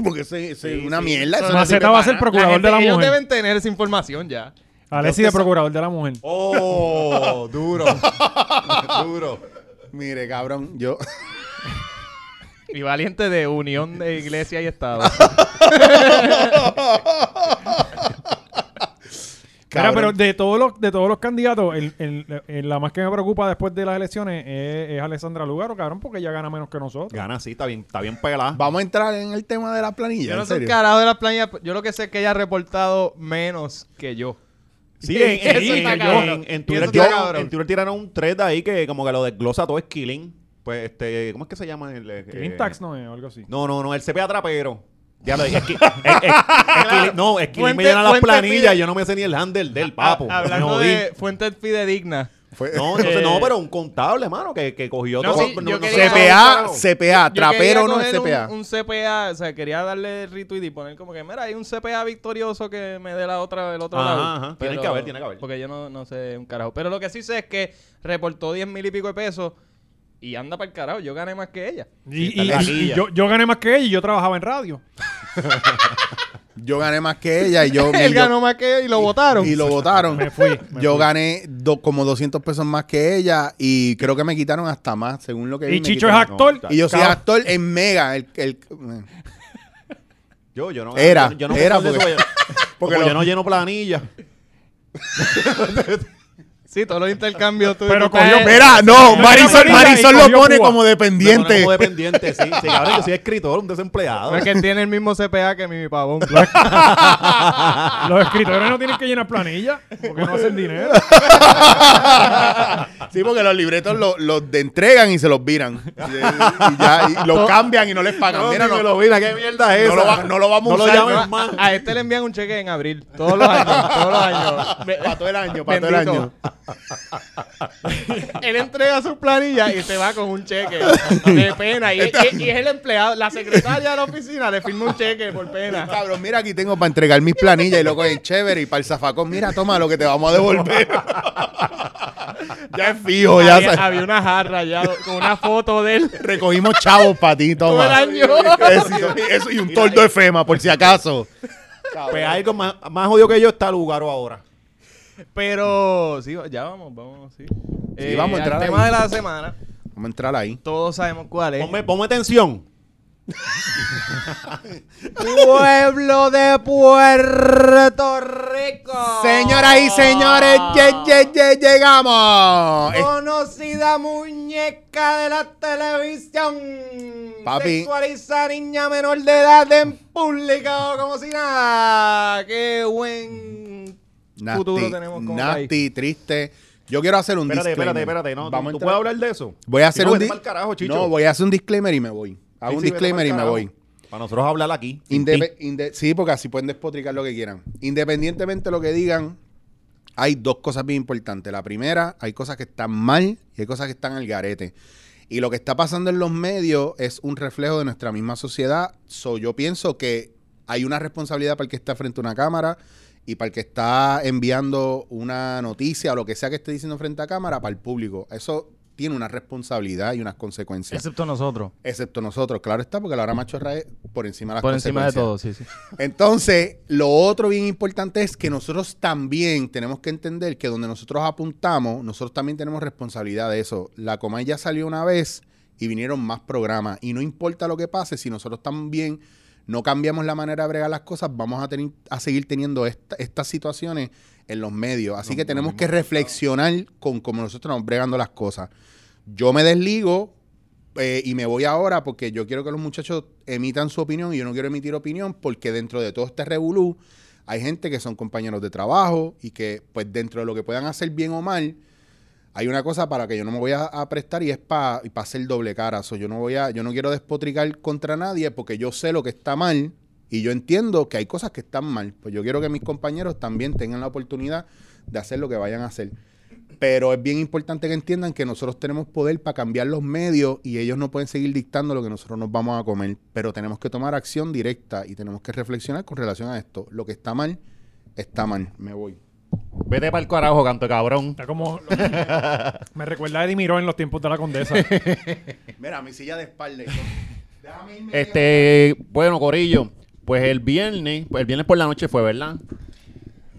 Porque eso es eso es una mierda. eso no Maceta sirve va a para ser nada. procurador La gente- de la ellos mujer. deben tener esa información [laughs] ya. Alexis de procurador de la mujer. [laughs] Oh, duro. duro. Mire, cabrón, yo. [laughs] Y valiente de unión de iglesia y estado. [laughs] Mira, Cabrón. pero de todos los, de todos los candidatos, el, el- el- la más que me preocupa después de las elecciones es, es Alessandra Lugaro, cabrón, porque ella gana menos que nosotros. Gana, sí, está bien, está bien pelada. Vamos a entrar en el tema de la planilla. yo no en soy un serio. [laughs] carajo de las planillas. Yo lo que sé es que ella ha reportado menos que yo. Sí, en, en- Eso está en- cabrón. en- en Eso Twitter, está tiraron- cabrón. en Twitter tiraron un thread ahí que como que lo desglosa todo es killing. Pues este, ¿cómo es que se llama? El, eh, Que Intax no es, o algo así. No, no, no, el CPA trapero. Ya lo dije. Es que, es- es- es [laughs] Killing- no, es Killing me Fuente- llena las fuente planillas. pide- Yo no me sé ni el handle del papo. Ha- hablando Me jodí. de fuentes fidedignas. Fue- [laughs] No, entonces, no, pero un contable, hermano, que, que cogió Eh, No, todo. sí, yo quería- CPA, no, CPA, Yo trapero quería no es coger CPA. Un, un CPA, o sea, quería darle retweet y poner como que, mira, hay un CPA victorioso que me dé la otra, el otro Ajá, lado. ajá. Tiene que haber, tiene que haber. Porque yo no, no sé un carajo. Pero lo que sí sé es que reportó 10 mil y pico de pesos y anda para el carajo. Yo gané más que ella. Y, está y- la y- silla. y yo, yo gané más que ella y yo trabajaba en [laughs] radio. Yo gané más que ella y Eh, [laughs] yo. Él y yo- ganó más que ella y lo votaron. Y lo votaron. Me fui, me yo fui. gané do- como 200 pesos más que ella y creo que me quitaron hasta más, según lo que vi, Y me Chicho es quitaron- actor. no, Y yo soy Cab- actor en Mega. El, el- Yo, yo no. Era, yo, yo no era, me acuerdo porque- de eso, yo- [laughs] porque como lo- yo no [laughs] lleno planillas. [laughs] Sí, todos los intercambios tú- Pero tú estás- cogió- Mira, no, Marisol, Marisol- Marisol lo pone como dependiente. Como dependiente, sí. sí cabrón, yo soy escritor, un desempleado. No es que tiene el mismo CPA que mi [laughs] pavón. Los escritores no tienen que llenar planillas porque no hacen dinero. [laughs] Sí, porque los libretos lo- los de entregan y se los viran. [laughs] Y, y ya, y los cambian y no les pagan. Mira, no- [laughs] no, lo mira, qué mierda es no lo va- no lo vamos a no usar, Lo llames ¿no? [laughs] más. A este le envían un cheque en abril. Todos los años. Todos los años. [laughs] para todo el año, para todo el Bendito. año. Él entrega su planilla y se va con [laughs] un cheque de pena. Y, y- y es el empleado, la secretaria de la oficina le firma un cheque por [laughs] pena. Cabrón, mira, aquí tengo para entregar mis planillas y loco es chévere y para el zafacón, mira, toma lo que te vamos a devolver. [laughs] ya es fijo, ya había, sabes. había una jarra ya con una foto de él recogimos chavos para ti, todo el toma. año. [laughs] Eso, eso y un tordo de FEMA, por si acaso. Pues algo más, más odio que yo está Lugaro ahora. Pero sí, ya vamos, vamos, sí. Eh, vamos a al entrar tema ahí. de la semana, Vamos a entrar ahí. todos sabemos cuál Eh. es. Ponme, ponme tensión. Pueblo de Puerto Rico. Señoras y señores, ye- ye- ye- llegamos. Es- Conocida muñeca de la televisión. Papi. Sexualiza a niña menor de edad en público como si nada. Qué buen Nasty, futuro tenemos como nasty, país. triste. Yo quiero hacer un Espérate, disclaimer. espérate, espérate. No, Vamos a ¿Tú, tú entrar- puedes hablar de eso? Voy a Si hacer no, un vete di- pa'l carajo, Chicho. No, voy a hacer un disclaimer y me voy. Hago Sí, un sí, vete disclaimer y pa'l me carajo. voy. Para nosotros hablar aquí. sin ti. Indepe- inde- sí, porque así pueden despotricar lo que quieran. Independientemente de lo que digan, hay dos cosas bien importantes. La primera, hay cosas que están mal y hay cosas que están al garete. Y lo que está pasando en los medios es un reflejo de nuestra misma sociedad. So, yo pienso que hay una responsabilidad para el que está frente a una cámara y para el que está enviando una noticia o lo que sea que esté diciendo frente a cámara para el público. Eso tiene una responsabilidad y unas consecuencias. Excepto nosotros. Excepto nosotros, claro está, porque la hora machorra es por encima de las Por encima de consecuencias. todo, sí, sí. Entonces, lo otro bien importante es que nosotros también tenemos que entender que donde nosotros apuntamos, nosotros también tenemos responsabilidad de eso. La Comay ya salió una vez y vinieron más programas. Y no importa lo que pase, si nosotros también no cambiamos la manera de bregar las cosas, vamos a, tener, a seguir teniendo esta- estas situaciones en los medios. Así que tenemos que reflexionar con cómo nosotros estamos bregando las cosas. Yo me desligo eh, y me voy ahora porque yo quiero que los muchachos emitan su opinión y yo no quiero emitir opinión porque dentro de todo este revolú hay gente que son compañeros de trabajo y que pues dentro de lo que puedan hacer bien o mal hay una cosa para que yo no me voy a, a prestar y es para hacer doble cara. So, yo no voy a, yo no quiero despotricar contra nadie porque yo sé lo que está mal y yo entiendo que hay cosas que están mal. Pues yo quiero que mis compañeros también tengan la oportunidad de hacer lo que vayan a hacer. Pero es bien importante que entiendan que nosotros tenemos poder para cambiar los medios y ellos no pueden seguir dictando lo que nosotros nos vamos a comer. Pero tenemos que tomar acción directa y tenemos que reflexionar con relación a esto. Lo que está mal, está mal. Me voy. [laughs] Vete para el carajo, canto de cabrón. Está como. me recuerda a Eddie Miró en los tiempos de la condesa. Mira, mi silla de espalda. [laughs] Déjame irme. Este, bueno, Corillo, pues el viernes, pues el viernes por la noche fue, ¿verdad?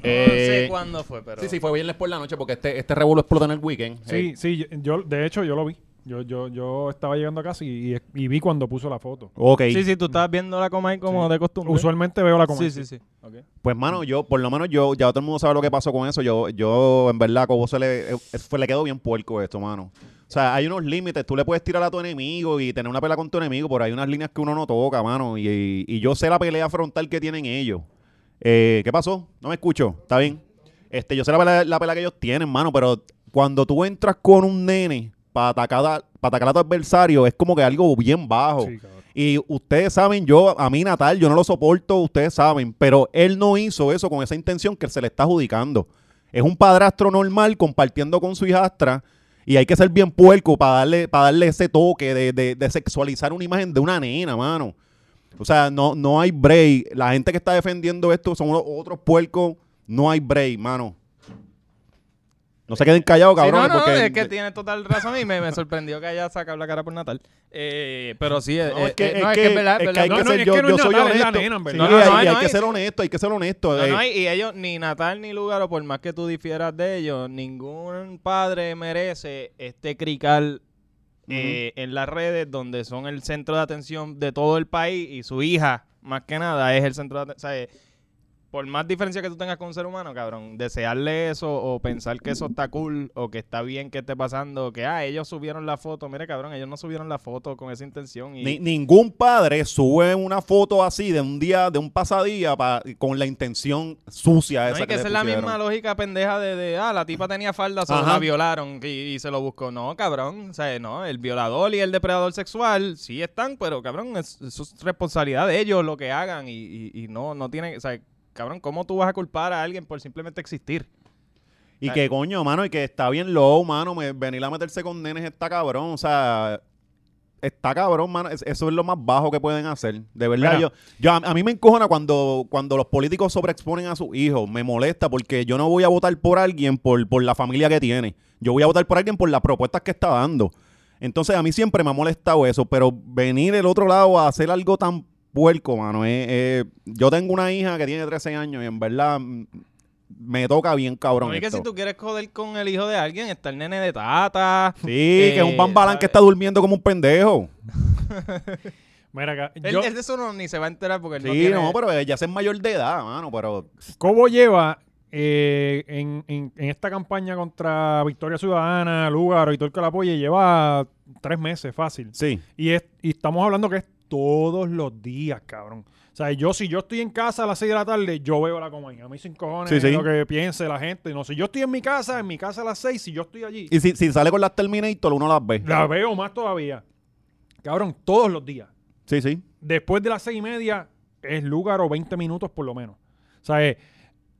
Eh, cuándo fue, pero. Sí, sí, fue viernes por la noche porque este, este revuelo explota en el weekend. Eh, sí, sí, yo, yo- de hecho, yo lo vi. Yo, yo, yo estaba llegando a casa y, y- y vi cuando puso la foto. Ok. Sí, sí, tú estabas viendo la coma ahí como Sí. de costumbre. Usualmente veo la Sí, comida. sí, sí. Ok. Pues, mano, yo, por lo menos yo, ya todo el mundo sabe lo que pasó con eso. Yo, yo en verdad, Cobo se le, eh, fue- le quedó bien puerco esto, mano. O sea, hay unos límites. Tú le puedes tirar a tu enemigo y tener una pelea con tu enemigo, pero hay unas líneas que uno no toca, mano. Y, y- y yo sé la pelea frontal que tienen ellos. Eh, ¿Qué pasó? No me escucho. ¿Está bien? Este, yo sé la pelea, la pelea que ellos tienen, mano, pero cuando tú entras con un nene para atacar, a- pa' atacar a tu adversario, es como que algo bien bajo. Sí, cabrón. Y ustedes saben, yo, a mí Natal, yo no lo soporto, ustedes saben, pero él no hizo eso con esa intención que se le está adjudicando. Es un padrastro normal compartiendo con su hijastra y hay que ser bien puerco para darle, para darle ese toque de, de- de sexualizar una imagen de una nena, mano. O sea, no, no hay break. La gente que está defendiendo esto son unos- otros puercos. No hay break, mano. No se queden callados, Sí, cabrón. no, no, porque es que tiene total razón y me, me sorprendió que haya sacado la cara por Natal. Eh, pero sí, eh, eh, No, es que- eh, es no, es que- que es verdad, es que verdad. hay No, que no, ser- es yo- que no yo es soy Natal, es la honesto. nena, en Sí, verdad. y No, no, hay- no, y hay no, que es- ser honesto, hay que ser honesto. No, eh. no, y- y ellos, ni Natal ni Lugaro, por más que tú difieras de ellos, ningún padre merece este crical eh, en las redes donde son el centro de atención de todo el país y su hija, más que nada, es el centro de atención. por más diferencia que tú tengas con un ser humano, cabrón, desearle eso o pensar que eso está cool o que está bien que esté pasando, que ah, ellos subieron la foto. Mire, cabrón, ellos no subieron la foto con esa intención. Y, Ni- ningún padre sube una foto así de un día, de un pasadía, pa- con la intención sucia No esa hay que le ser la pusieron. misma lógica pendeja de, de, ah, la tipa tenía falda, solo Ajá. la violaron y, y se lo buscó. No, cabrón, o sea, no, el violador y el depredador sexual sí están, pero cabrón, es, eso es responsabilidad de ellos lo que hagan y, y- y no, no tienen, o sea, cabrón, ¿cómo tú vas a culpar a alguien por simplemente existir? Y Ah. que coño, mano, y que está bien low, mano, me- venir a meterse con nenes está cabrón, o sea, está cabrón, mano, es- eso es lo más bajo que pueden hacer, de verdad. Mira. Yo, yo a, a mí me encojona cuando, cuando los políticos sobreexponen a sus hijos, me molesta porque yo no voy a votar por alguien por, por la familia que tiene, yo voy a votar por alguien por las propuestas que está dando. Entonces a mí siempre me ha molestado eso, pero venir del otro lado a hacer algo tan puerco, mano, eh, eh, yo tengo una hija que tiene 13 años y en verdad mm, me toca bien cabrón. A mí que esto. si tú quieres joder con el hijo de alguien, está el nene de tata. Sí, [laughs] que es un Eh, bambalán que ¿sabes? está durmiendo como un pendejo. Mira acá. Él, yo- él de eso no, ni se va a enterar porque él no Sí, tiene... no, pero ya es mayor de edad, mano, pero... Cobo lleva eh, en, en- en esta campaña contra Victoria Ciudadana, Lugaro y todo el que la apoye, lleva tres meses fácil. Sí. Y, es, y estamos hablando que es todos los días, cabrón. O sea, yo si yo estoy en casa a las 6 de la tarde, yo veo la compañía. A mí sin cojones Sí, sí. lo que piense la gente. No, si yo estoy en mi casa, en mi casa a las 6, si yo estoy allí, Y si, si sale con las Terminator, uno las ve. la veo más todavía. Cabrón, todos los días. Sí, sí. después de las seis y media es lugar o 20 minutos por lo menos. O sea, eh,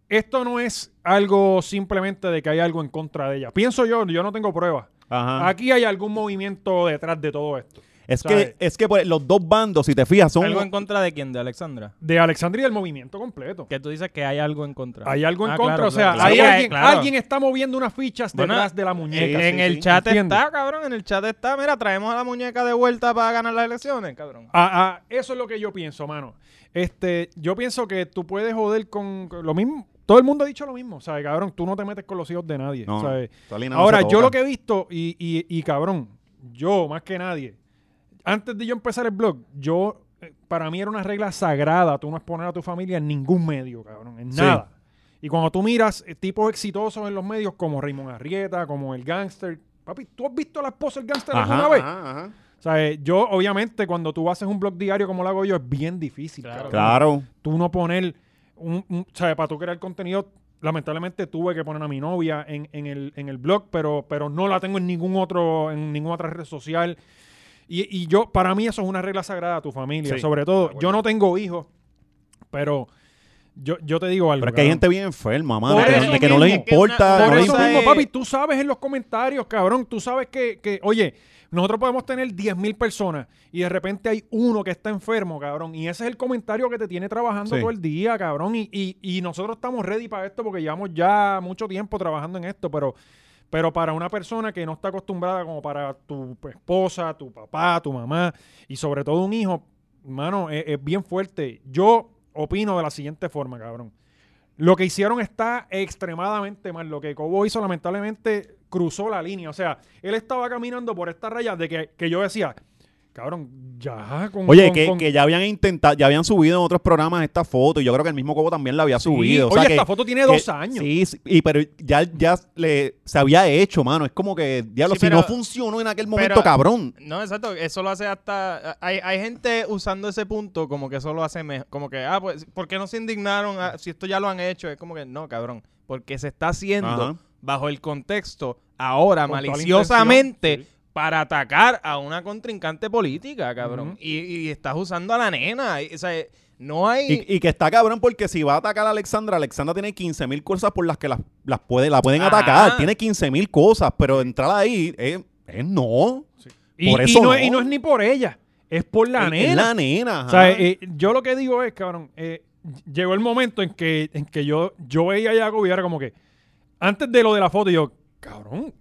esto no es algo simplemente de que hay algo en contra de ella. Pienso yo, yo no tengo pruebas. Ajá. Aquí hay algún movimiento detrás de todo esto. Es ¿sabes? que, es que pues, los dos bandos, si te fijas, son... ¿Algo en contra de quién? ¿De Alexandra? De Alexandria el movimiento completo. Que tú dices que hay algo en contra. Hay algo en Ah, contra, claro, o sea, claro. hay Sí, alguien, claro. alguien está moviendo unas fichas Bueno, detrás de la muñeca. en sí, el sí, chat ¿entiendes? está, cabrón, en el chat está. Mira, traemos a la muñeca de vuelta para ganar las elecciones, cabrón. Ah, ah, eso es lo que yo pienso, mano. Este, yo pienso que tú puedes joder con con lo mismo. Todo el mundo ha dicho lo mismo, ¿sabes, cabrón? Tú no te metes con los hijos de nadie, No, ¿sabes? esa línea no Ahora, se yo toca. lo que he visto, y, y- y, cabrón, yo más que nadie, antes de yo empezar el blog, yo, eh, para mí era una regla sagrada tú no exponer a tu familia en ningún medio, cabrón, en Sí. nada. Y cuando tú miras eh, tipos exitosos en los medios como Raymond Arrieta, como el Gangster, papi, ¿tú has visto a la esposa del Gangster Ajá, alguna vez? ajá, ajá. O sea, eh, yo, obviamente, cuando tú haces un blog diario como lo hago yo, es bien difícil. Claro. cabrón. Claro. Tú no poner, un, un- o sea, para tú crear contenido, lamentablemente tuve que poner a mi novia en, en el, en el blog, pero, pero no la tengo en ningún otro, en ninguna otra red social. Y, y yo, para mí eso es una regla sagrada a tu familia, Sí, sobre todo. Yo no tengo hijos, pero yo, yo te digo algo. Pero es que hay cabrón. gente bien enferma, mano, Por que, eso de que no les mismo, que una- importa. por no Por les eso Esa mismo, es- papi, tú sabes en los comentarios, cabrón. Tú sabes que, que, oye, nosotros podemos tener 10.000 personas y de repente hay uno que está enfermo, cabrón. Y ese es el comentario que te tiene trabajando Sí. todo el día, cabrón. Y, y- y nosotros estamos ready para esto porque llevamos ya mucho tiempo trabajando en esto, pero. Pero para una persona que no está acostumbrada, como para tu pues, esposa, tu papá, tu mamá y sobre todo un hijo, mano, es, es bien fuerte. Yo opino de la siguiente forma, cabrón. Lo que hicieron está extremadamente mal. Lo que Cobo hizo, lamentablemente, cruzó la línea. O sea, él estaba caminando por esta raya de que, que yo decía, cabrón, ya con. Oye, con- que, con- que ya habían intentado, ya habían subido en otros programas esta foto y yo creo que el mismo Cobo también la había subido. o oye, sea que- esta foto tiene que- dos años. Sí, sí, y, pero ya, ya le, se había hecho, mano. Es como que, diablo, Sí, si pero- no funcionó en aquel momento, pero- cabrón. No, exacto, eso lo hace hasta... Hay, hay gente usando ese punto como que eso lo hace mejor. Como que, ah, pues, ¿por qué no se indignaron? Ah, si esto ya lo han hecho, es como que, no, cabrón. Porque se está haciendo Ajá. bajo el contexto, ahora, Con toda la maliciosamente, intención, para atacar a una contrincante política, cabrón. Ujú. y, y estás usando a la nena. y- o sea, no hay... Y, y que está cabrón porque si va a atacar a Alexandra, Alexandra tiene 15 mil cosas por las que las, las puede, la Ah. pueden Ajá. atacar. Tiene 15 mil cosas, pero entrar ahí es, es no. y, por y eso no, no. es- y no es ni por ella, es por la Es- nena. es la nena. ajá. O sea, eh, yo lo que digo es, cabrón, eh, llegó el momento en que, en que yo, yo veía a Jacob y era como que, antes de lo de la foto, yo, cabrón,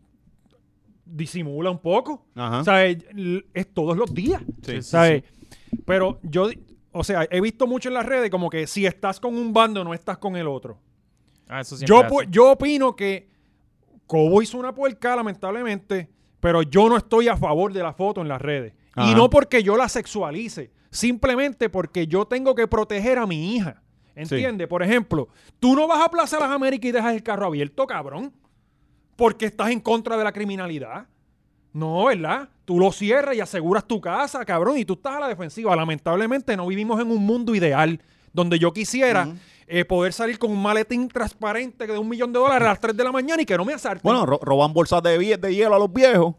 disimula un poco. Ajá. O sea, eh, l- es todos los días. Sí, sí, ¿sabes? Pero yo, o sea, he visto mucho en las redes como que si estás con un bando, no estás con el otro. Ah, eso siempre Yo, hace. pu- yo opino que Cobo hizo una puerca, lamentablemente, pero yo no estoy a favor de la foto en las redes. Y Ajá. no porque yo la sexualice, simplemente porque yo tengo que proteger a mi hija. ¿Entiendes? Por ejemplo, tú no vas a Plaza Las Américas y dejas el carro abierto, cabrón, porque estás en contra de la criminalidad. No, ¿verdad? Tú lo cierras y aseguras tu casa, cabrón, y tú estás a la defensiva. Lamentablemente no vivimos en un mundo ideal donde yo quisiera eh, poder salir con un maletín transparente de un millón de dólares a las 3 de la mañana y que no me asalten. Bueno, ro- roban bolsas de, billetes de hielo a los viejos.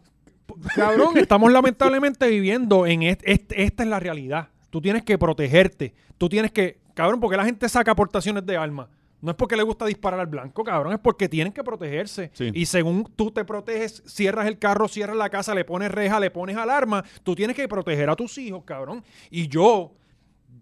Cabrón, estamos lamentablemente viviendo en est- est- esta es la realidad. Tú tienes que protegerte. Tú tienes que, cabrón, porque la gente saca aportaciones de armas. No es porque le gusta disparar al blanco, cabrón, es porque tienen que protegerse. Sí. Y según tú te proteges, cierras el carro, cierras la casa, le pones reja, le pones alarma, tú tienes que proteger a tus hijos, cabrón. Y yo,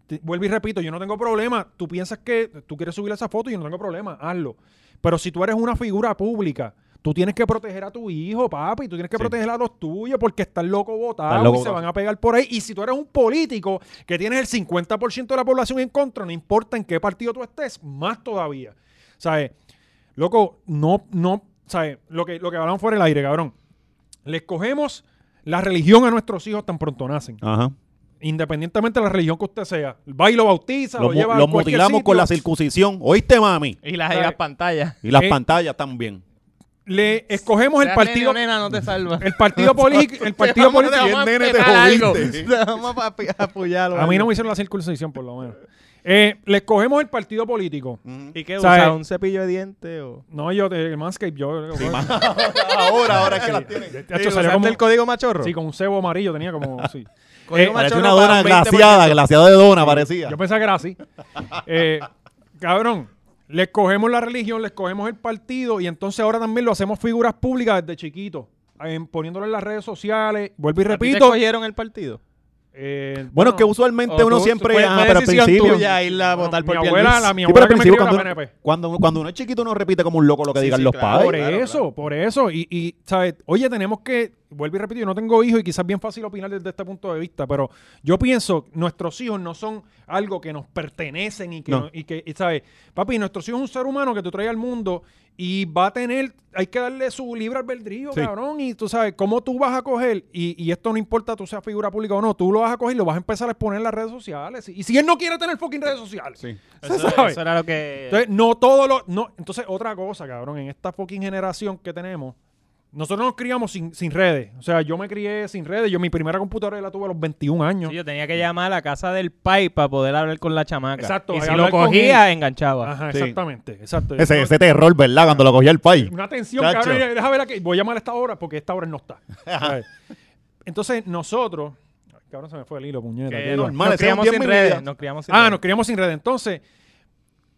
te- vuelvo y repito, yo no tengo problema. Tú piensas que tú quieres subir esa foto y yo no tengo problema, hazlo. Pero si tú eres una figura pública, tú tienes que proteger a tu hijo, papi. Tú tienes que proteger a los tuyos porque están locos Están votados locos y se botados. van a pegar por ahí. Y si tú eres un político que tienes el 50% de la población en contra, no importa en qué partido tú estés, más todavía. ¿Sabes? Loco, no, no, ¿sabes? Lo que, lo que hablamos fuera del aire, cabrón. Les cogemos la religión a nuestros hijos tan pronto nacen. Ajá. Independientemente de la religión que usted sea. Va y lo bautiza, lo, Los, mu- lleva a los cualquier mutilamos sitio. con la circuncisión. ¿Oíste, mami? Y las, Ay. las pantallas. Y las Eh, pantallas también. Le escogemos el Seas partido, nene o nena, no [laughs] te salva. el [laughs] partido político, el partido Te vamos- te político. vamos a Bien, nene, te pegar algo. jodiste. Te vamos a ap- a apoyarlo. A mí no me hicieron la circuncisión, por lo menos. Eh, le escogemos el partido político. Mm. ¿Y qué ¿Sabes? usa? ¿Un cepillo de dientes o...? No, yo, el Manscape, yo. [laughs] Ahora, ahora es que las tienen. De hecho, Sí, salió ¿usaste como- el código machorro? Sí, con un cebo amarillo tenía como. Sí. Código Eh, Parecía machorro una para dona 20%. glaciada, glaciada de dona parecía. Yo pensaba que era así. [laughs] Eh, cabrón, les cogemos la religión, les cogemos el partido y entonces ahora también lo hacemos figuras públicas desde chiquito. en- poniéndolo en las redes sociales. Vuelvo y ¿A ti te repito. cogieron el partido? eh, Bueno, es que usualmente O uno tú- siempre. pues, fue- ajá, fue pero al decisión principio. tuya irla a bueno, votar mi por abuela, Pierluisi. la mi Sí, pero abuela al que me principio crió era cuando, PNP. cuando, uno- cuando uno es chiquito uno repite como un loco lo que Sí, digan sí, los claro. padres. Por claro, eso, por eso. Y, y, ¿sabes? Oye, tenemos que, vuelvo y repito, yo no tengo hijos y quizás bien fácil opinar desde este punto de vista, pero yo pienso, nuestros hijos no son algo que nos pertenecen y que, No. no- y que y, ¿sabes? Papi, nuestros hijos es un ser humano que tú traes al mundo y va a tener, hay que darle su libre albedrío, Sí. cabrón, y tú sabes, cómo tú vas a coger, y, y esto no importa tú seas figura pública o no, tú lo vas a coger y lo vas a empezar a exponer en las redes sociales. Y si él no quiere tener fucking redes sociales, [laughs] Eso, ¿se sabe? eso era lo que... Entonces, no todos los. No, entonces, otra cosa, cabrón, en esta fucking generación que tenemos, nosotros nos criamos sin, sin redes. O sea, yo me crié sin redes. Yo mi primera computadora la tuve a los 21 años. Sí, yo tenía que llamar a la casa del pai para poder hablar con la chamaca. Exacto, Y hay si que lo hablar con cogía, enganchaba. Ah, Ajá, Sí. exactamente. Exacto. Ese, ese terror, ¿verdad? Cuando lo cogía el país. Una tensión, Chacho. cabrón. Deja ver aquí. Voy a llamar a esta hora porque esta hora no [laughs] está. ¿sabes? Entonces, nosotros. Ay, Cabrón, se me fue el hilo, puñeta. Que qué nos- va. normal, nos ese era un criamos día sin en mi vida. redes. Nos criamos sin ah, redes. nos criamos sin red. Entonces,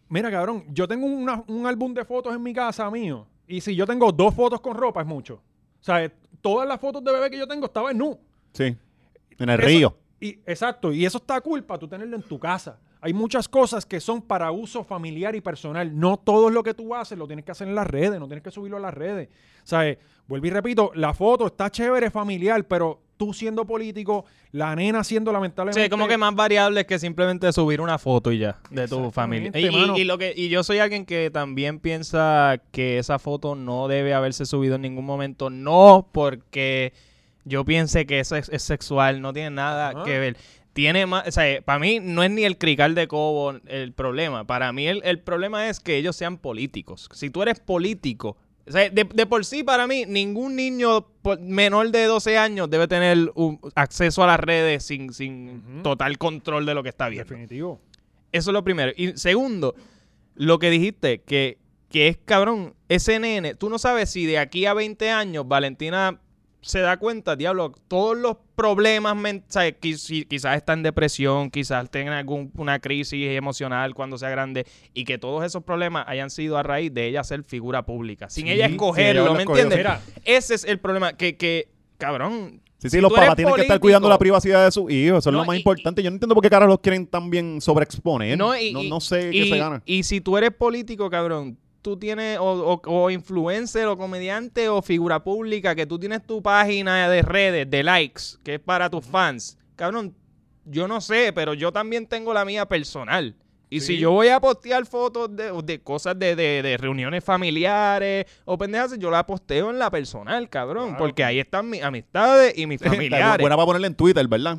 mira, cabrón, yo tengo una- un álbum de fotos en mi casa mío. Y si yo tengo dos fotos con ropa, es mucho. O sea, eh, todas las fotos de bebé que yo tengo estaban en nu. Sí. En el Eso- río. Y, exacto, y eso está culpa tú tenerlo en tu casa. Hay muchas cosas que son para uso familiar y personal. No todo lo que tú haces lo tienes que hacer en las redes, no tienes que subirlo a las redes. O sea, eh, vuelvo y repito, la foto está chévere, familiar, pero tú siendo político, la nena siendo lamentablemente... Sí, como que más variables que simplemente subir una foto y ya de tu familia. Y, Exactamente, y- mano. y lo que y yo soy alguien que también piensa que esa foto no debe haberse subido en ningún momento, no porque yo piense que eso es, es sexual, no tiene nada Ajá. que ver. Tiene más, o sea, para mí no es ni el crical de Cobo el problema. Para mí el, el problema es que ellos sean políticos. Si tú eres político, o sea, de, de por sí para mí ningún niño por- menor de 12 años debe tener un- acceso a las redes sin, sin Ujú. total control de lo que está viendo. Definitivo. Eso es lo primero. Y segundo, lo que dijiste, que, que es cabrón, ese nene, tú no sabes si de aquí a 20 años Valentina se da cuenta, diablo, todos los problemas, men- ¿sabes? Qui- si- quizás está en depresión, quizás tenga alguna crisis emocional cuando sea grande, y que todos esos problemas hayan sido a raíz de ella ser figura pública, sin Sí, ella sin escogerlo, ella ¿me haberlo escogido. entiendes? Mira. Ese es el problema, que, que cabrón, Sí, sí, los tú eres papás tienen que estar político- cuidando la privacidad de sus hijos. Eso No, es lo más y- importante. Yo no entiendo por qué caras los quieren tan bien sobreexponer. No, No, y- no, y- sé y, qué se gana. y si tú eres político, cabrón, tú tienes, o, o- o influencer, o comediante, o figura pública, que tú tienes tu página de redes, de likes, que es para tus fans. Cabrón, yo no sé, pero yo también tengo la mía personal. Y si yo voy a postear fotos de, de cosas de, de- de reuniones familiares o pendejas, yo la posteo en la personal, cabrón. Porque ahí están mis [laughs] amistades y mis La familiares. buena para ponerle en Twitter, ¿verdad?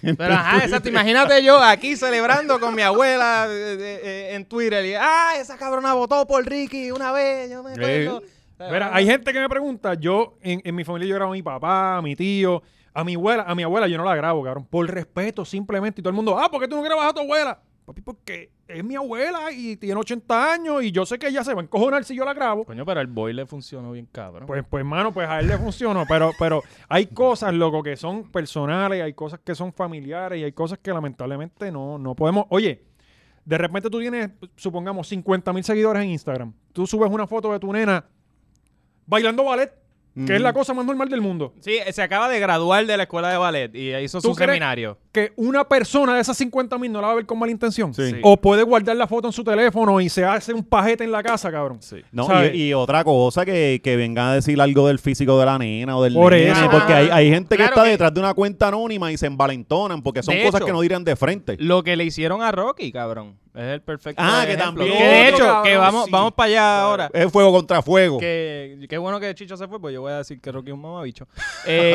Pero ajá, exacto. Imagínate yo aquí celebrando con mi abuela eh, eh, eh, en Twitter y ah, esa cabrona votó por Ricky una vez, yo me acuerdo. Eh, Mira, hay gente que me pregunta, yo en, en mi familia yo grabo a mi papá, a mi tío, a mi abuela, a mi abuela yo no la grabo, cabrón, por respeto simplemente y todo el mundo, ah, ¿por qué tú no grabas a tu abuela? Papi, porque es mi abuela y tiene 80 años y yo sé que ella se va a encojonar si yo la grabo. Coño, pero el boy le funcionó bien cabrón. Pues, pues, mano, pues a él le funcionó, pero, pero hay cosas, loco, que son personales, hay cosas que son familiares y hay cosas que lamentablemente no, no podemos. Oye, de repente tú tienes, supongamos, 50 mil seguidores en Instagram. Tú subes una foto de tu nena bailando ballet. que es la cosa más normal del mundo. Sí, se acaba de graduar de la escuela de ballet y hizo ¿Tú su crees? seminario. Que una persona de esas 50 mil no la va a ver con mala intención. Sí. O puede guardar la foto en su teléfono y se hace un pajete en la casa, cabrón. No, ¿Sabes? y, y otra cosa que, que vengan a decir algo del físico de la nena o del Por nene, eso. porque hay, hay gente Claro que está que- detrás de una cuenta anónima y se envalentonan porque son De cosas hecho. que no dirán de frente. Lo que le hicieron a Rocky, cabrón. Es el perfecto. Ah, que ejemplo. también. Que de hecho, Otro cabrón, que vamos, sí. Eh, oh. vamos para allá ahora. Es fuego contra fuego. Que, qué bueno que Chicho se fue, pues yo voy a decir que Rocky es [laughs] un mamabicho.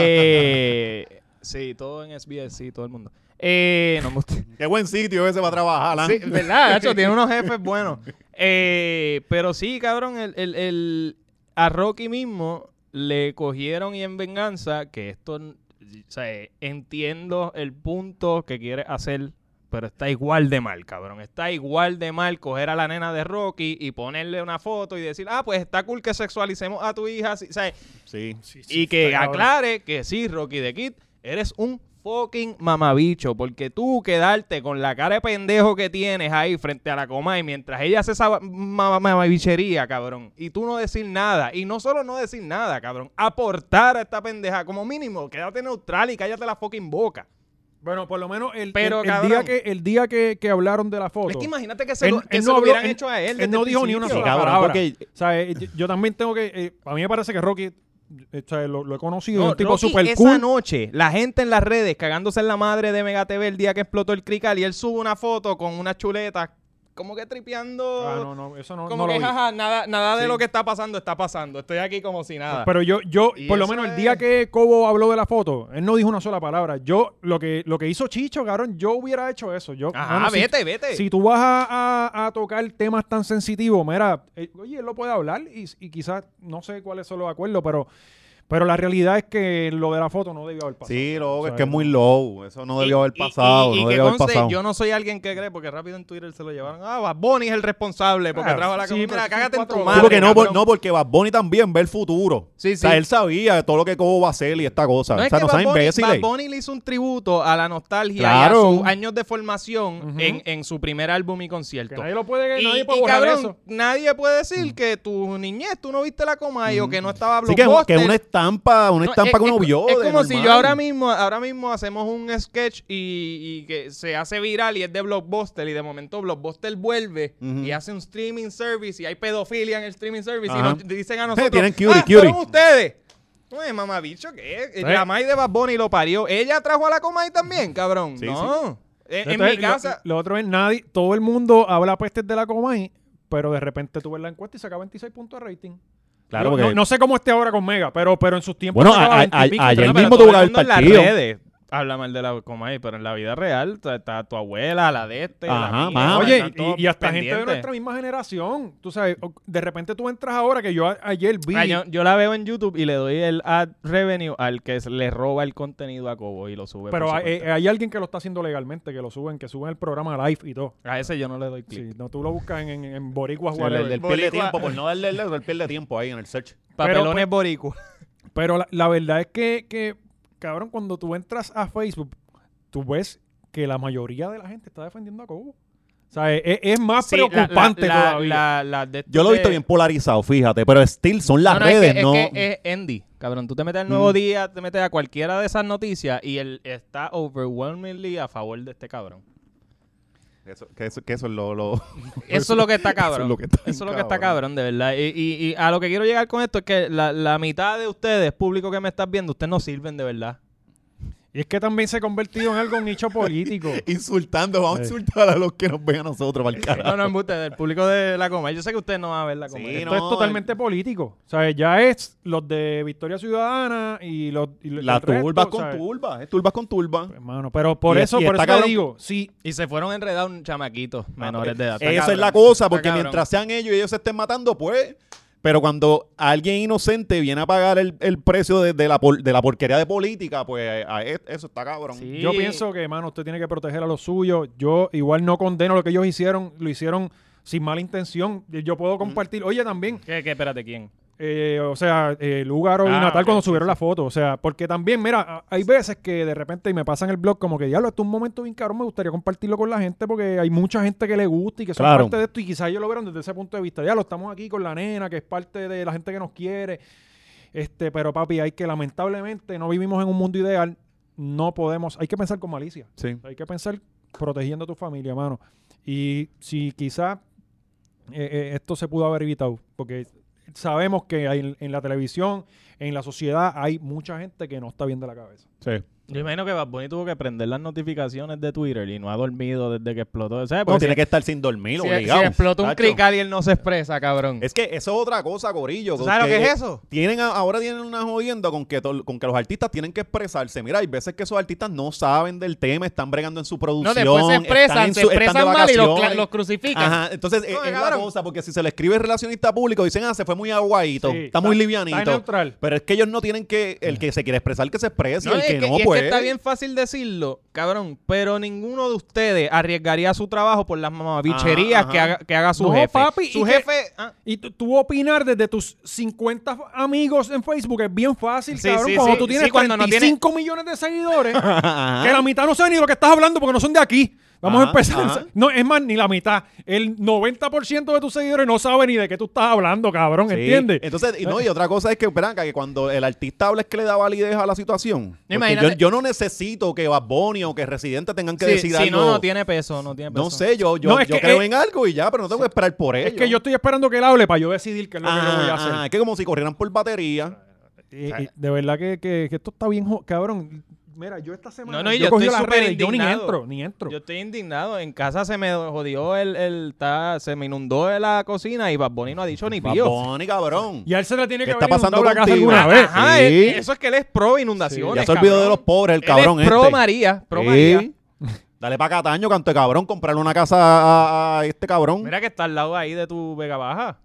Eh, sí, todo en SBS, sí, todo el mundo. Eh, no me gusta. Qué buen sitio ese para trabajar. ¿ah? Sí, ¿verdad? Nacho? tiene unos jefes buenos. Eh, pero sí, cabrón, el, el- el- a Rocky mismo le cogieron y en venganza, que esto, o sea, eh, entiendo el punto que quiere hacer, pero está igual de mal, cabrón. Está igual de mal coger a la nena de Rocky y ponerle una foto y decir, ah, pues está cool que sexualicemos a tu hija, sí, o sea, Sí. y que está cabrón. aclare que sí, Rocky de Kid, eres un fucking mamabicho. Porque tú quedarte con la cara de pendejo que tienes ahí frente a la coma y mientras ella hace esa ma- ma- mamabichería, cabrón. Y tú no decir nada. Y no solo no decir nada, cabrón. Aportar a esta pendeja. Como mínimo, quédate neutral y cállate la fucking boca. Bueno, por lo menos el, Pero, el- el cabrón. día, que, el día que, que hablaron de la foto. Es que imagínate que se, Él- lo, que él se no lo habló- hubieran él- hecho a él. él desde no el dijo ni una principio. sola cabrón, palabra. porque- O sea, eh, yo, yo también tengo que. eh, a mí me parece que Rocky. eh, o sea, lo, lo he conocido. No, es un tipo Rocky, súper esa cool. noche, la gente en las redes cagándose en la madre de Mega TV el día que explotó el crical y él sube una foto con una chuleta, como que tripeando. Ah, no, no, eso no, no como lo que, vi. jaja, nada, nada de lo que está pasando está pasando. Estoy aquí como si nada. Pero yo, yo Y por lo eso menos el es- día que Cobo habló de la foto, él no dijo una sola palabra. Yo, lo que, lo que hizo Chicho, cabrón, yo hubiera hecho eso. Yo, Ajá, mano, si- Ah, vete, vete. Si tú vas a, a- a tocar temas tan sensitivos, mira, eh, oye, él lo puede hablar y, y quizás, no sé cuáles son los acuerdos, pero, pero la realidad es que lo de la foto no debió haber pasado. Sí, loco, es O sea, que es muy low. Eso no debió haber Y- y- pasado. Y, y no que debió haber conste, pasado. yo no soy alguien que cree, porque rápido en Twitter se lo llevaron. Ah, Bad Bunny es el responsable porque Ah, trajo la sí, comida. pero Mira, son cágate en tu cuatro madre. Sí, porque no, por- cabrón. no, porque Bad Bunny también ve el futuro. Sí, O sea, sí. él sabía todo lo que Cobo va a hacer y esta cosa. No o es sea, que no Bad sean Bunny- imbéciles. Bad Bunny le hizo un tributo a la nostalgia Claro. y a sus años de formación Ujú. en, en su primer álbum y concierto. Que nadie lo puede, Y, nadie y, puede borrar cabrón, eso. nadie puede decir que tu niñez tú no viste la coma y o que no estaba Así Mm. que, que Blockbuster. una estampa, una No, estampa es- que uno es- vio. Es de como si normal. yo ahora mismo, ahora mismo hacemos un sketch y, y que se hace viral y es de Blockbuster y de momento Blockbuster vuelve Ujú. y hace un streaming service y hay pedofilia en el streaming service y Ajá. Eh, nos dicen a nosotros, tienen cutie, Eh. ah, fueron cutie". ustedes. Uy, mamabicho, ¿qué es? Sí. La madre de Bad Bunny lo parió. Ella trajo a la Comay también, cabrón. Sí, no. Eh, En, Entonces, mi lo- casa... Lo, otro es nadie, todo el mundo habla pestes de la Comay, pero de repente tú ves la encuesta y saca 26 puntos de rating. Claro, Yo- porque- no, no sé cómo esté ahora con Mega, pero, pero en sus tiempos. Bueno, sacaba a- a- 20 y pico. a- ayer No, pero mismo todo tuvo que haber mundo en las partido. redes Habla mal de la Comay, pero en la vida real está, está tu abuela, la de este, la Ajá, mía, mano. están Oye, todos y, y hasta gente de pendientes. nuestra misma generación. Tú sabes, o- de repente tú entras ahora que yo a- ayer vi. Ah, yo, yo la veo en YouTube y le doy el ad revenue al que s- le roba el contenido a Cobo y lo sube. por pero su hay, cuenta. eh, hay alguien que lo está haciendo legalmente, que lo suben, que suben el programa live y todo. a ese yo no le doy clic. eh, Sí, no, tú lo buscas en, en, en Boricuas El, whatever. el- el piel de Boricua. tiempo, por no darle el, el piel de tiempo ahí en el search. Papelones pero- boricua. Pero la, la verdad es que, que, cabrón, cuando tú entras a Facebook, tú ves que la mayoría de la gente está defendiendo a Cobo. O sea, es, es más Sí, la- preocupante la- la- todavía. la- la de estos Yo lo he visto de- bien polarizado, fíjate, pero still son las Eh, No, no, es que- redes, es no. Mm. que es Andy, cabrón. Tú te metes al nuevo día, te metes a cualquiera de esas noticias y él está overwhelmingly a favor de este [laughs] cabrón. Eso- que, eso, que eso es lo. lo- Eso es lo que está cabrón. Eso es lo que está, cabrón. cabrón, de verdad. Y, y- y a lo que quiero llegar con esto es que la, la mitad de ustedes, público que me estás viendo, ustedes no sirven de verdad. Y es que también se ha convertido en algo un nicho [laughs] político. [laughs] insultando, vamos a Eh. insultar a los que nos ven a nosotros, para el [laughs] No, no, embuste, del público de la coma. Yo sé que usted no va a ver la coma. Sí, Esto no, es totalmente político. O sea, ya es los de Victoria Ciudadana y los... y los- La el resto, turbas o con sea, turbas, es turbas con turbas. Hermano, pero por Y- eso, y por está eso te cabrón- digo, sí, Y se fueron enredados un chamaquito menores de edad. Está Ah, eh, Esa es cabrón. la cosa, Está porque cabrón. mientras sean ellos y ellos se estén matando, pues. Pero cuando alguien inocente viene a pagar el, el precio de, de la por- de la porquería de política, pues a- a- es- eso está cabrón. Sí. Yo pienso que, hermano, usted tiene que proteger a los suyos. Yo igual no condeno lo que ellos hicieron, lo hicieron sin mala intención. Yo puedo compartir. Oye, también, ¿Qué, qué? Espérate, ¿quién? eh, o sea, eh, Lugaro y Ah, Natal ok, cuando sí, subieron la foto. O sea, porque también, mira, a- hay veces que de repente y me pasan el blog como que, diablo, esto es un momento bien caro, me gustaría compartirlo con la gente porque hay mucha gente que le gusta y que son Claro. parte de esto y quizás ellos lo vieron desde ese punto de vista. Ya lo estamos aquí con la nena, que es parte de la gente que nos quiere. Este, pero papi, hay que lamentablemente no vivimos en un mundo ideal. No podemos, hay que pensar con malicia. Sí. Hay que pensar protegiendo a tu familia, mano. Y si quizás esto se pudo haber evitado, porque sabemos que hay en, en la televisión, en la sociedad, hay mucha gente que no está bien de la cabeza. Sí. Yo imagino que Bad Bunny tuvo que prender las notificaciones de Twitter y no ha dormido desde que explotó. ¿Sabes? No, Porque tiene si- que estar sin dormir, si- si, obligado. explotó un Tacho. crical y él no se expresa, cabrón. Es que eso es otra cosa, Corillo. ¿Tú ¿Sabes lo que que es eso? Tienen a- ahora tienen una jodienda con que, tol- con que los artistas tienen que expresarse. Mira, hay veces que esos artistas no saben del tema, están bregando en su No, producción. después se están expresan, en se su- están de expresan mal y los, cla- vacaciones. los crucifican. Ajá, entonces eh, es, No, es la cabrón. cosa, porque si se le escribe relacionista público, dicen, ah, se fue muy aguadito, Sí, está, muy Está livianito. neutral. Pero es que ellos no tienen que, el que se quiere expresar, que se exprese, No, el es que, que- no, y es pues. que está bien fácil decirlo, cabrón, pero ninguno de ustedes arriesgaría su trabajo por las mamabicherías Ajá, que, ajá. haga, que haga su No, jefe. papi, y su que- jefe... ah, Y tú- tú opinar desde tus 50 amigos en Facebook es bien fácil, Sí, cabrón. sí, cuando sí, tú tienes sí, cuando no 45 millones de [laughs] seguidores, [laughs] Ajá. que la mitad no saben ni de lo que estás hablando porque no son de aquí. Vamos Ajá, a empezar. ajá. [laughs] No, es más, ni la mitad. El 90% de tus seguidores no saben ni de qué tú estás hablando, cabrón, Sí. ¿entiendes? Entonces, y, no, y otra cosa es que, espera, que cuando el artista habla es que le da validez a la situación. Porque imagínate- yo, yo no necesito que Bad Bunny o que Residente tengan que sí, decir si algo. no, no tiene peso, no tiene peso. No sé, yo, yo, No, es yo que- creo eh, en algo y ya, pero no tengo que esperar por ello. es que yo estoy esperando que él hable para yo decidir qué es lo que yo voy a Ah, hacer. ah, es que como si corrieran por batería. Y- y de verdad que, que- que esto está bien, jo- cabrón. Mira, yo esta semana No, no, y yo yo cogí estoy las súper redes, yo ni indignado. entro, ni entro. Yo estoy indignado. En casa se me jodió el... el ta- se me inundó de la cocina y Bad Bunny no ha dicho ni Bad pío. Bunny, cabrón. y a él se le tiene ¿Qué que está haber inundado pasando la casa contigo? alguna vez. [laughs] Ajá, Sí. él- eso es que él es pro inundaciones, Ya se olvidó cabrón. de los pobres, el Él cabrón es pro este. María, pro Sí. María. Dale para Cataño, canto de cabrón, comprarle una casa a, a- a este cabrón. Mira, Mira que está al lado ahí de tu Vega Baja.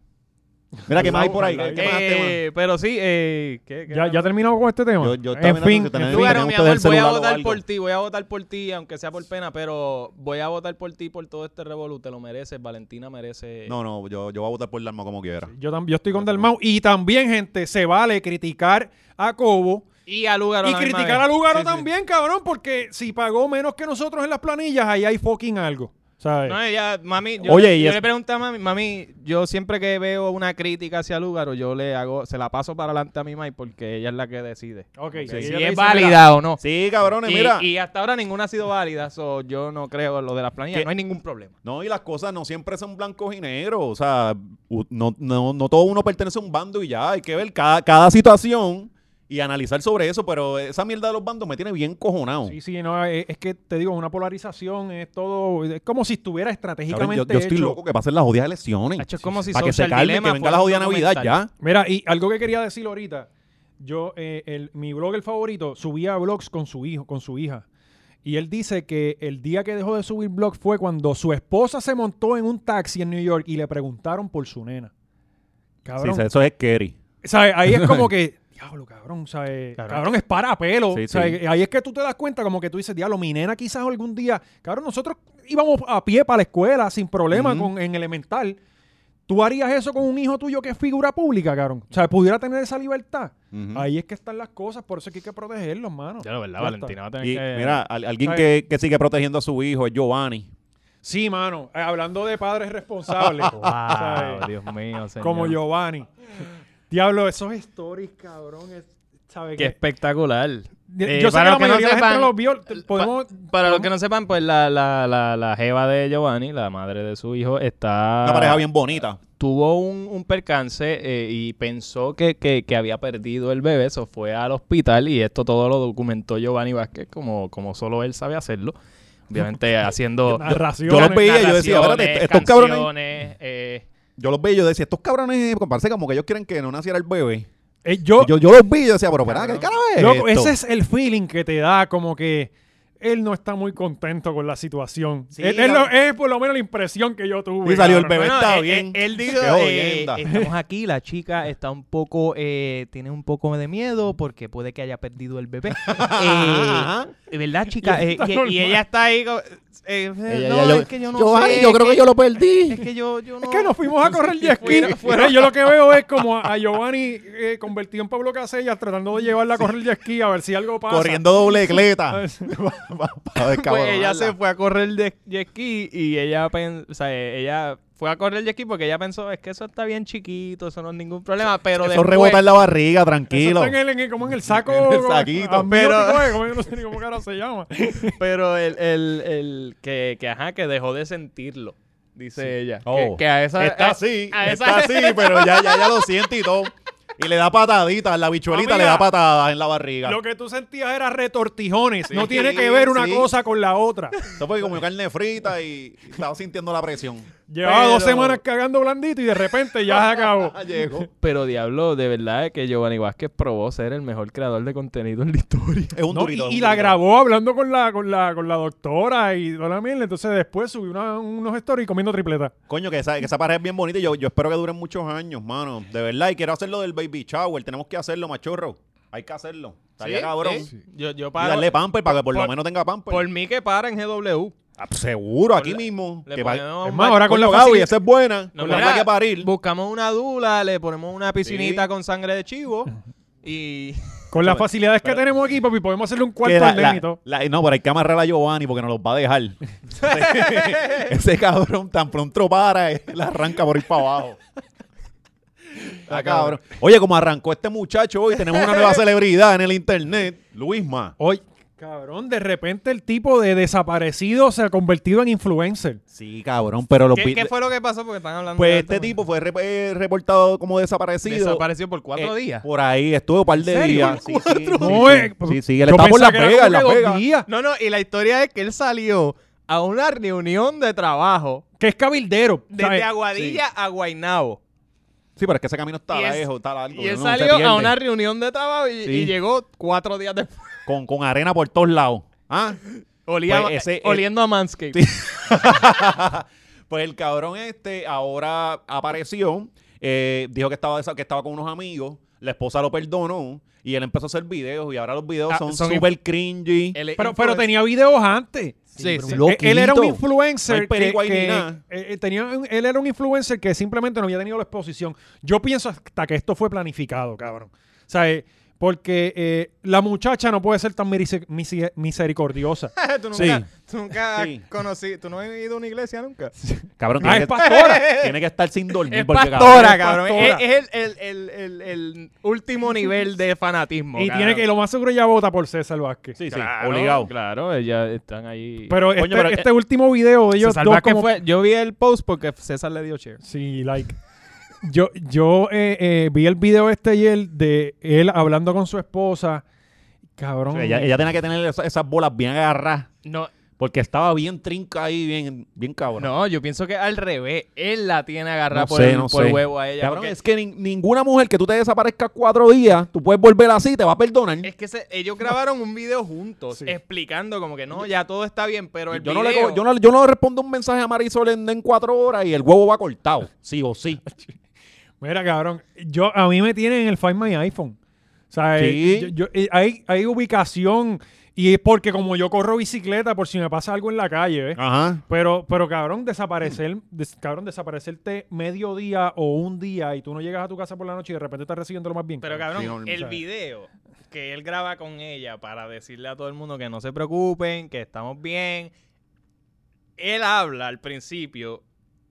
qué más hay por ahí. Ojalá, ¿Qué, qué más Eh, pero sí, eh, ¿qué- qué Ya, era? ya terminamos con este tema. Yo- yo estaba en mirando fin, si tenés- en fin. Tú, Mira, Aaron, mi tenemos que dar amor, el voy a celular o votar algo. por ti, voy a votar por ti, aunque sea por pena, pero voy a votar por ti por todo este revolú, te lo mereces, Valentina merece. No, no, yo, yo voy a votar por Dalma como quiera. Yo, tam- yo estoy con Dalmau. Y también, gente, se vale criticar a Cobo Y a Lugaro. y la misma criticar vez. a Lugaro Sí, sí. también, cabrón, porque si pagó menos que nosotros en las planillas, ahí hay fucking algo. ¿Sabes? No, ella, mami, yo, Oye, y yo es- le pregunté a mami, mami, yo siempre que veo una crítica hacia Lugaro, yo le hago, se la paso para adelante a mi mami porque ella es la que decide. Ok, Si sí, es ella le dice, válida mira, o no. Sí, cabrones, Y, mira. y hasta ahora ninguna ha sido válida, so yo no creo en lo de las planillas, ¿Qué? no hay ningún problema. No, y las cosas no siempre son blancos y negros. O sea, u- no, no, no todo uno pertenece a un bando y ya. Hay que ver cada, cada situación y analizar sobre eso. Pero esa mierda de los bandos me tiene bien cojonado. Sí, sí, no, eh, es, es que te digo, es una polarización, es todo, es como si estuviera Cabrón, estratégicamente yo, yo estoy hecho. loco que pasen las jodidas elecciones. Hacho, es como si para que se Social calme, Dilemma que venga fuera la un jodida Navidad documental. ya. Mira, y algo que quería decir ahorita, yo, eh, el, mi blogger favorito subía blogs con su hijo, con su hija. Y él dice que el día que dejó de subir blogs fue cuando su esposa se montó en un taxi en New York y le preguntaron por su nena. Cabrón. Sí, eso es scary. ¿Sabes? Ahí es como que, diablo, cabrón, ¿sabes? Cabrón, es para pelo. Sí, sí. ¿sabes? Ahí es que tú te das cuenta, como que tú dices, diablo, mi nena quizás algún día, cabrón, nosotros íbamos a pie para la escuela sin problema Ujú. con, en elemental. ¿Tú harías eso con un hijo tuyo que es figura pública, cabrón? O sea, pudiera tener esa libertad. Ujú. Ahí es que están las cosas, por eso es que hay que protegerlos, mano. Ya, la verdad, Ya está. Valentina va a tener Y que- mira, al- alguien Ay. que, que sigue protegiendo a su hijo es Giovanni. Sí, mano. Eh, hablando de padres responsables. ¿sabes? [laughs] [laughs] Wow, Dios mío, señor. Como Giovanni. Diablo, esos stories, cabrón. es- ¿sabes Qué qué? espectacular. Eh, Yo sé que para la los que no mayoría de la gente sepan- no los vio. te- Podemos, Para los que no sepan, pues la, la, la, la jeva de Giovanni, la madre de su hijo, está... Ah. Una pareja bien bonita. Tuvo un, un percance eh, y pensó que, que, que había perdido el bebé. Eso fue al hospital y esto todo lo documentó Giovanni Vázquez como, como solo él sabe hacerlo. [laughs] Obviamente haciendo... Narraciones. Yo los veía y yo decía, narraciones, espérate, estos cabrones. canciones, eh, Yo los veía y yo decía, estos cabrones, pues, parece como que ellos quieren que no naciera el bebé. Eh, yo, Yo, yo los vi y yo decía, pero espera, ¿qué carajo es loco, esto? ese es el feeling que te da, como que él no está muy contento con la situación. Sí, Él- él cabrón. lo- es por lo menos la impresión que yo tuve. Y salió el cabrón. bebé. está eh, bien. eh, él dijo, Qué eh, jodienda. estamos aquí, la chica está un poco, eh, tiene un poco de miedo porque puede que haya perdido el bebé. Eh, Ajá. ¿Verdad, chica? Y Eh, está y, y normal. ella está ahí, como, eh, eh, Ella- no, ella- es que yo no Giovanni, sé, yo es creo que yo lo perdí. Es que yo, yo [laughs] no... Es que nos fuimos [laughs] a correr jet ski. Fuera- fuera- Eh, Yo lo que veo es como a a Giovanni eh, convertido en Pablo Casellas tratando de llevarla a correr jet ski a ver si algo pasa. Corriendo doble [laughs] cleta. [laughs] Pa- pa- pa- Pues ella descabronarla. se fue a correr de jet ski y ella, pen- o sea, eh, ella fue a correr el jet ski porque ella pensó, es que eso está bien chiquito, eso no es ningún problema, pero Eso después... rebota en la barriga, Eso tranquilo. está en el, en- como en el saco. En el como- saquito. amniótico, Pero- eh, como yo no sé ni cómo cara se [laughs] llama. Pero el, el, el que, que, ajá, que dejó de sentirlo, dice ella. Que, Oh. que a esa... está a- así, a está esa- así, [laughs] pero ya, ya, ya lo siente y todo. Y le da pataditas, la bichuelita Amiga, le da patadas en la barriga. Lo que tú sentías era retortijones. no Sí, tiene que ver una sí. cosa con la otra. Eso fue como carne frita y y estaba sintiendo la presión. Llevaba dos Pero- semanas cagando blandito y de repente ya se [laughs] acabó. Ah, llegó. Pero diablo, de verdad es que Giovanni Vázquez probó ser el mejor creador de contenido en la historia. Es un No, durito. y, es y un la durito. grabó hablando con la, con la, con la doctora y toda la mierda. Entonces después subió una- unos stories comiendo tripleta. Coño, que esa, que esa pareja es bien bonita y yo, yo espero que duren muchos años, mano. De verdad, y quiero hacerlo del baby shower. Tenemos que hacerlo, machorro. Hay que hacerlo. Estaría Sí, cabrón. sí. Yo, yo Y paro. darle pamper para que por, lo por- menos tenga pamper. Por mí que para en GW. Ah, seguro, aquí por la- mismo. Le Que pa- ponemos Es un más, mar- ahora con la Coño, Gaby, facilidad- esa es buena. No, con la mira, que parir. Buscamos una dula, le ponemos una piscinita con sangre [laughs] de chivo y... Con las facilidades que tenemos aquí, papi, podemos hacerle un Que cuarto la- al la- nene y todo. la- no, pero hay que amarrar a Giovanni porque nos los va a [laughs] dejar. Ese- Ese cabrón tan pronto para, eh, la arranca por ir para abajo. Está cabrón. Oye, como arrancó este muchacho hoy, tenemos una nueva celebridad en el internet, Luisma. Hoy, cabrón, de repente el tipo de desaparecido se ha convertido en influencer. Sí, cabrón, pero los ¿Qué, vi- qué fue lo que pasó? Porque están hablando Pues de este esto. tipo fue rep- eh, reportado como desaparecido. Desapareció por cuatro Eh, días. Por ahí, estuvo un par de serio? [laughs] días. Sí, sí, sí, No, sí. eh, Sí, sí, él yo está pensaba por Las que era Vegas, como en Las que dos Vegas. días. No, no, y la historia es que él salió a una reunión de trabajo Que es cabildero. desde ¿sabes? Aguadilla a Guaynabo. Sí, pero es que ese camino está Y es- lejos, está largo. Y él no, se salió pierde. a una reunión de trabajo y, Sí. y llegó cuatro días después. [laughs] con, con arena por todos lados. ¿Ah? Olía- Pues ese- oliendo a Manscaped. [laughs] Pues el cabrón este ahora apareció, eh, dijo que estaba, desa- que estaba con unos amigos, la esposa lo perdonó y él empezó a hacer videos y ahora los videos Ah, son son súper cringy. Él es Pero, pero influencer. tenía videos antes. Eh, Sí, sí. Loquito. Él era un No influencer hay que, perico ahí ni que- nada. eh, eh, tenía un- él era un influencer que simplemente no había tenido la exposición. Yo pienso hasta que esto fue planificado, cabrón. O sea, eh, porque eh, la muchacha no puede ser tan mirise- misi- misericordiosa. tú Sí. nunca, tú nunca Sí. conocí, tú no has ido a una iglesia nunca. Cabrón, Ah, tiene, es que, pastora. [laughs] tiene que estar sin dormir Es porque pastora, Es cabrón. Es, pastora. es el, el- el- el- el último nivel de fanatismo. y cabrón. tiene que, lo más seguro, ya vota por César Vázquez. Sí, sí, Claro, obligado. Claro, ellas están ahí. Pero, Coño, este, pero, eh, este último video, ellos César dos Vázquez como- fue- yo vi el post porque César le dio share. Sí, like. Yo, yo eh, eh, vi el video este ayer de él hablando con su esposa. Cabrón. Ella, ella tenía que tener esa- esas bolas bien agarradas No, porque estaba bien trinca ahí, bien, bien cabrón. no, yo pienso que al revés. Él la tiene agarrada No por, sé, el, no por el sé. huevo a ella. Cabrón, porque- es que nin- ninguna mujer que tú te desaparezcas cuatro días, tú puedes volver así, te va a perdonar. Es que se- ellos grabaron un video juntos explicando como que no, ya todo está bien, pero el Yo no, video... le, co- yo, no, yo no respondo un mensaje a Marisol en, en cuatro horas y el huevo va cortado, sí o sí. Mira, cabrón. Yo, a mí me tienen en el Find My iPhone. O sea, eh, Sí. yo- yo- eh, hay, hay ubicación. Y es porque como yo corro bicicleta, por si me pasa algo en la calle, ¿ves? [laughs] Ajá. Pero, pero cabrón, desaparecer, des- cabrón, desaparecerte medio día o un día y tú no llegas a tu casa por la noche y de repente estás recibiendo lo más bien. Pero cabrón. cabrón, Sí, no, el ¿sabes? video que él graba con ella para decirle a todo el mundo que no se preocupen, que estamos bien. Él habla al principio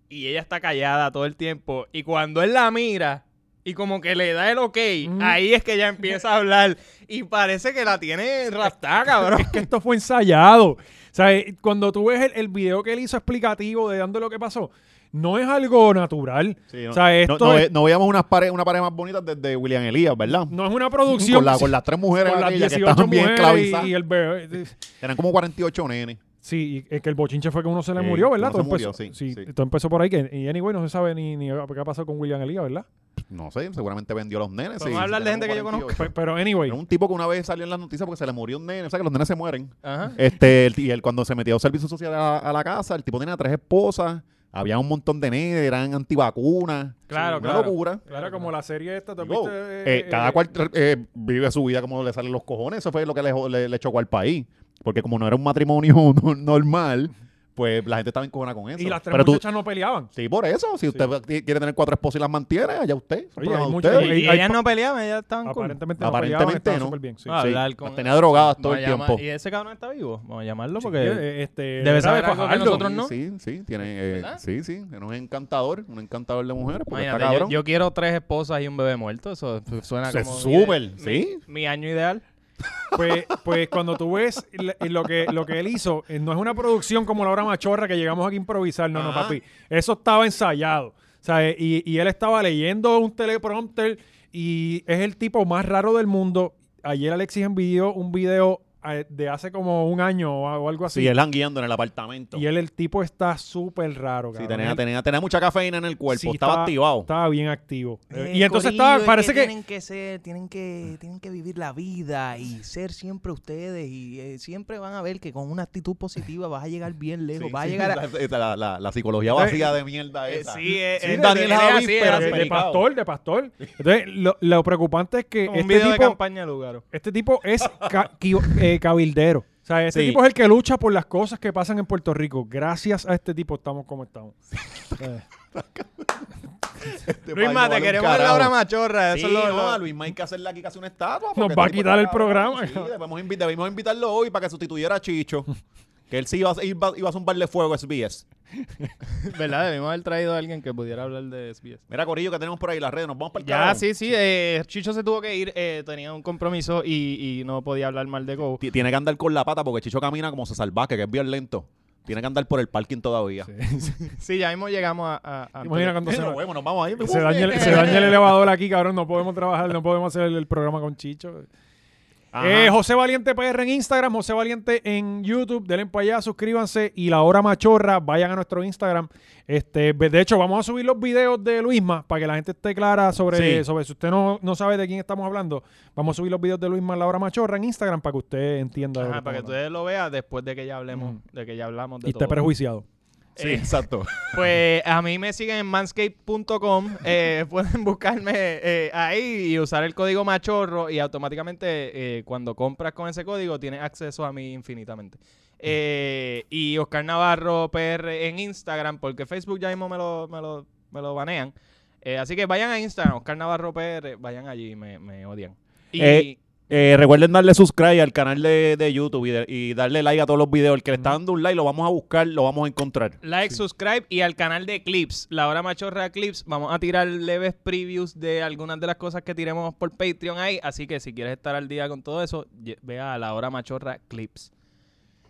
y ella está callada todo el tiempo. Y cuando él la mira y como que le da el ok, Ujú. ahí es que ella empieza a hablar. Y parece que la tiene raptada, cabrón. Es que esto fue ensayado. O sea, eh, cuando tú ves el, el video que él hizo explicativo de dando lo que pasó, no es algo natural. no, o sea, esto no, es- ve- no veíamos unas pare- una pareja más bonita desde William Elías, ¿verdad? no es una producción. Con, la- [laughs] con las tres mujeres con las aquellas que 18 estaban bien mujeres esclavizadas. y, y el bebé. eh, Eran como 48 nenes. Sí, y es que el bochinche fue que uno se le Sí, murió, ¿verdad? uno se Todo empezó- murió, sí, sí. Todo empezó por ahí. Que, y anyway, no se sabe ni, ni qué ha pasado con William Elías, [laughs] ¿verdad? No sé, seguramente vendió a los nenes. Podemos hablar de gente que yo conozco. Pe- Pero anyway, Era un tipo que una vez salió en las noticias porque se le murió un nene. O sea, que los nenes se mueren. Ajá. Este, el- y él cuando se metió a servicio social a, la- a la casa, el tipo tenía tres esposas, había un montón de nenes, eran antivacunas. Claro, una claro. locura. claro, como la serie esta, ¿tú has Digo, visto, eh, eh, cada eh, cual eh, vive su vida como le salen [laughs] los cojones. Eso fue lo que le, jo- le- le chocó al país. Porque como no era un matrimonio no- normal, pues la gente estaba encojonada con eso. Y las tres Pero tú- muchachas no peleaban. Sí, por eso. Si usted quiere tener cuatro esposas y las mantiene, allá usted. Oye, problema hay de mucho- ustedes. hay- Y, y ellas no peleaban, ellas estaban cool. Aparentemente no Aparentemente peleaban, no. Ah, súper bien. sí. Vamos Sí, a hablar las tenía drogadas todo Vamos el a llamar- tiempo. Y ese cabrón está vivo. Vamos a llamarlo Sí, porque eh, este, debe era saber de algo que fajarlo. nosotros no. Sí, sí, tiene, eh, ¿Verdad? sí, sí, es un encantador, un encantador de mujeres, porque Imagínate, está yo, cabrón. yo quiero tres esposas y un bebé muerto. Eso suena Se como... súper, mi- sí. Mi año ideal. Pues, pues cuando tú ves la- eh, lo que, lo que él hizo, eh, no es una producción como la hora machorra que llegamos aquí a improvisar, no, no, Ajá. papi. Eso estaba ensayado. ¿sabes? Y, y él estaba leyendo un teleprompter y es el tipo más raro del mundo. Ayer Alexis envió un video eh, de hace como un año o o algo así. Sí, él guiando en el apartamento. y él, el tipo está súper raro, Sí, cabrón. tenía, Él- tenía, tenía mucha cafeína en el cuerpo, sí, estaba activado. Estaba bien activo. Eh, Eh, y entonces corillo, estaba, es parece que... Tienen que ser, tienen que, tienen que vivir la vida y ser siempre ustedes y eh, siempre van a ver que con una actitud positiva vas a llegar bien lejos, Sí, vas sí, a llegar a... [laughs] la- la, la- la psicología vacía de mierda Eh, esa. sí, eh, Sí, eh, Daniel es Javis, así, es pero así. de De Delicado. pastor, de pastor. Entonces, lo, lo preocupante es que Un este video de tipo, campaña, Lugaro. este tipo es ca- qui- eh, cabildero. O sea, este Sí. tipo es el que lucha por las cosas que pasan en Puerto Rico. Gracias a este tipo estamos como estamos. Este Luis país no Mate, vale un queremos ver la carajo. hora machorra. Eso Sí, es lo, no, lo- a Luis May hay que hacerle aquí casi una estatua. Nos porque este va a tipo quitar está el cabrón. programa, Sí, cabrón. debemos, invi- debemos invitarlo hoy para que sustituyera a [laughs] Chicho. Que él sí iba a, iba, iba a zumbarle fuego a SBS. [laughs] ¿Verdad? Debimos haber traído a alguien que pudiera hablar de SBS. Mira, Corillo, que tenemos por ahí las redes. Nos vamos para el Ya, carajo. sí, sí. eh, Chicho se tuvo que ir. eh, tenía un compromiso y, y no podía hablar mal [laughs] de Go. Ti- Tiene que andar con la pata porque Chicho camina como se salvaje, que es bien lento. Tiene que andar por el parking todavía. Sí, ya mismo llegamos a... a- a- Imagina cuando Entonces, se, nos vemos, nos vamos ahí. se daña, el- se daña el elevador aquí, cabrón. No podemos trabajar, no podemos hacer el, el programa con Chicho. Ajá. Eh, José Valiente PR en Instagram, José Valiente en YouTube. Denle para allá, suscríbanse. Y la hora machorra, vayan a nuestro Instagram. Este, ve- de hecho, vamos a subir los videos de Luisma para que la gente esté clara sobre, Sí. sobre si usted no, no sabe de quién estamos hablando. Vamos a subir los videos de Luisma en la hora machorra en Instagram para que usted entienda. de lo Ajá, que para que estamos hablando. ustedes lo vean después de que ya hablemos, de que ya hablamos de y esté todo. prejuiciado. Sí, exacto. Eh, [laughs] Pues a mí me siguen [laughs] en manscape.com. eh, pueden buscarme eh, ahí y usar el código machorro. Y automáticamente, eh, cuando compras con ese código, tienes acceso a mí infinitamente. Mm. Eh, y Oscar Navarro PR en Instagram, porque Facebook ya mismo me lo, me lo, me lo banean. Eh, así que vayan a Instagram, Oscar Navarro PR, vayan allí, me, me odian. Y Eh, Eh, recuerden darle subscribe al canal de, de YouTube y, de- y darle like a todos los videos. El que le está dando un like, lo vamos a buscar, lo vamos a encontrar. Like, subscribe y al canal de Clips, La Hora Machorra Clips. Vamos a tirar leves previews de algunas de las cosas que tiremos por Patreon ahí. Así que si quieres estar al día con todo eso, ye- ve a La Hora Machorra Clips.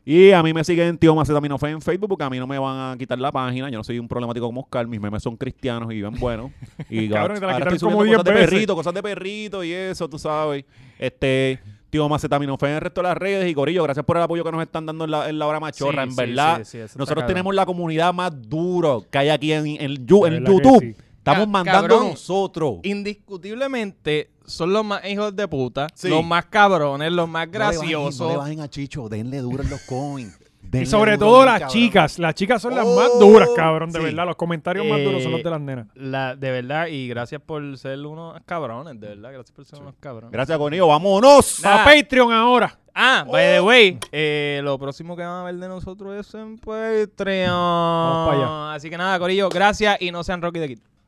Y a mí me siguen Tío Macetaminofén en Facebook porque a mí no me van a quitar la página. Yo no soy un problemático como Oscar. Mis memes son cristianos y bien [laughs] buenos. Y ah, Cabrón, te la ahora quitaron estoy subiendo como 10 cosas de veces. perrito, cosas de perrito y eso, tú sabes. Este, Tío Macetaminofén en el resto de las redes. Y Corillo, gracias por el apoyo que nos están dando en la, en la hora machorra. Sí, en sí, verdad, sí, sí, eso está nosotros cabrón. tenemos la comunidad más duro que hay aquí en, en, Yu- De en verdad que YouTube. sí. Estamos Ca- mandando cabrón. nosotros. Indiscutiblemente son los más hijos de puta, Sí. los más cabrones, los más No le bajen, No le graciosos. bajen a Chicho, denle duro en los coins. Y Denle sobre duro, todo bien, las cabrón. chicas. Las chicas son las Oh, más duras, cabrón, de sí. verdad. Los comentarios más duros son los Eh, de las nenas. La, de verdad, y gracias por ser unos cabrones, de verdad, gracias por ser unos cabrones. Gracias, Conillo. ¡Vámonos! A Patreon ahora. Ah, by Oh. the way, eh, lo próximo que van a ver de nosotros es en Patreon. Vamos pa' allá. Así que nada, Corillo, gracias y no sean Rocky de Kid.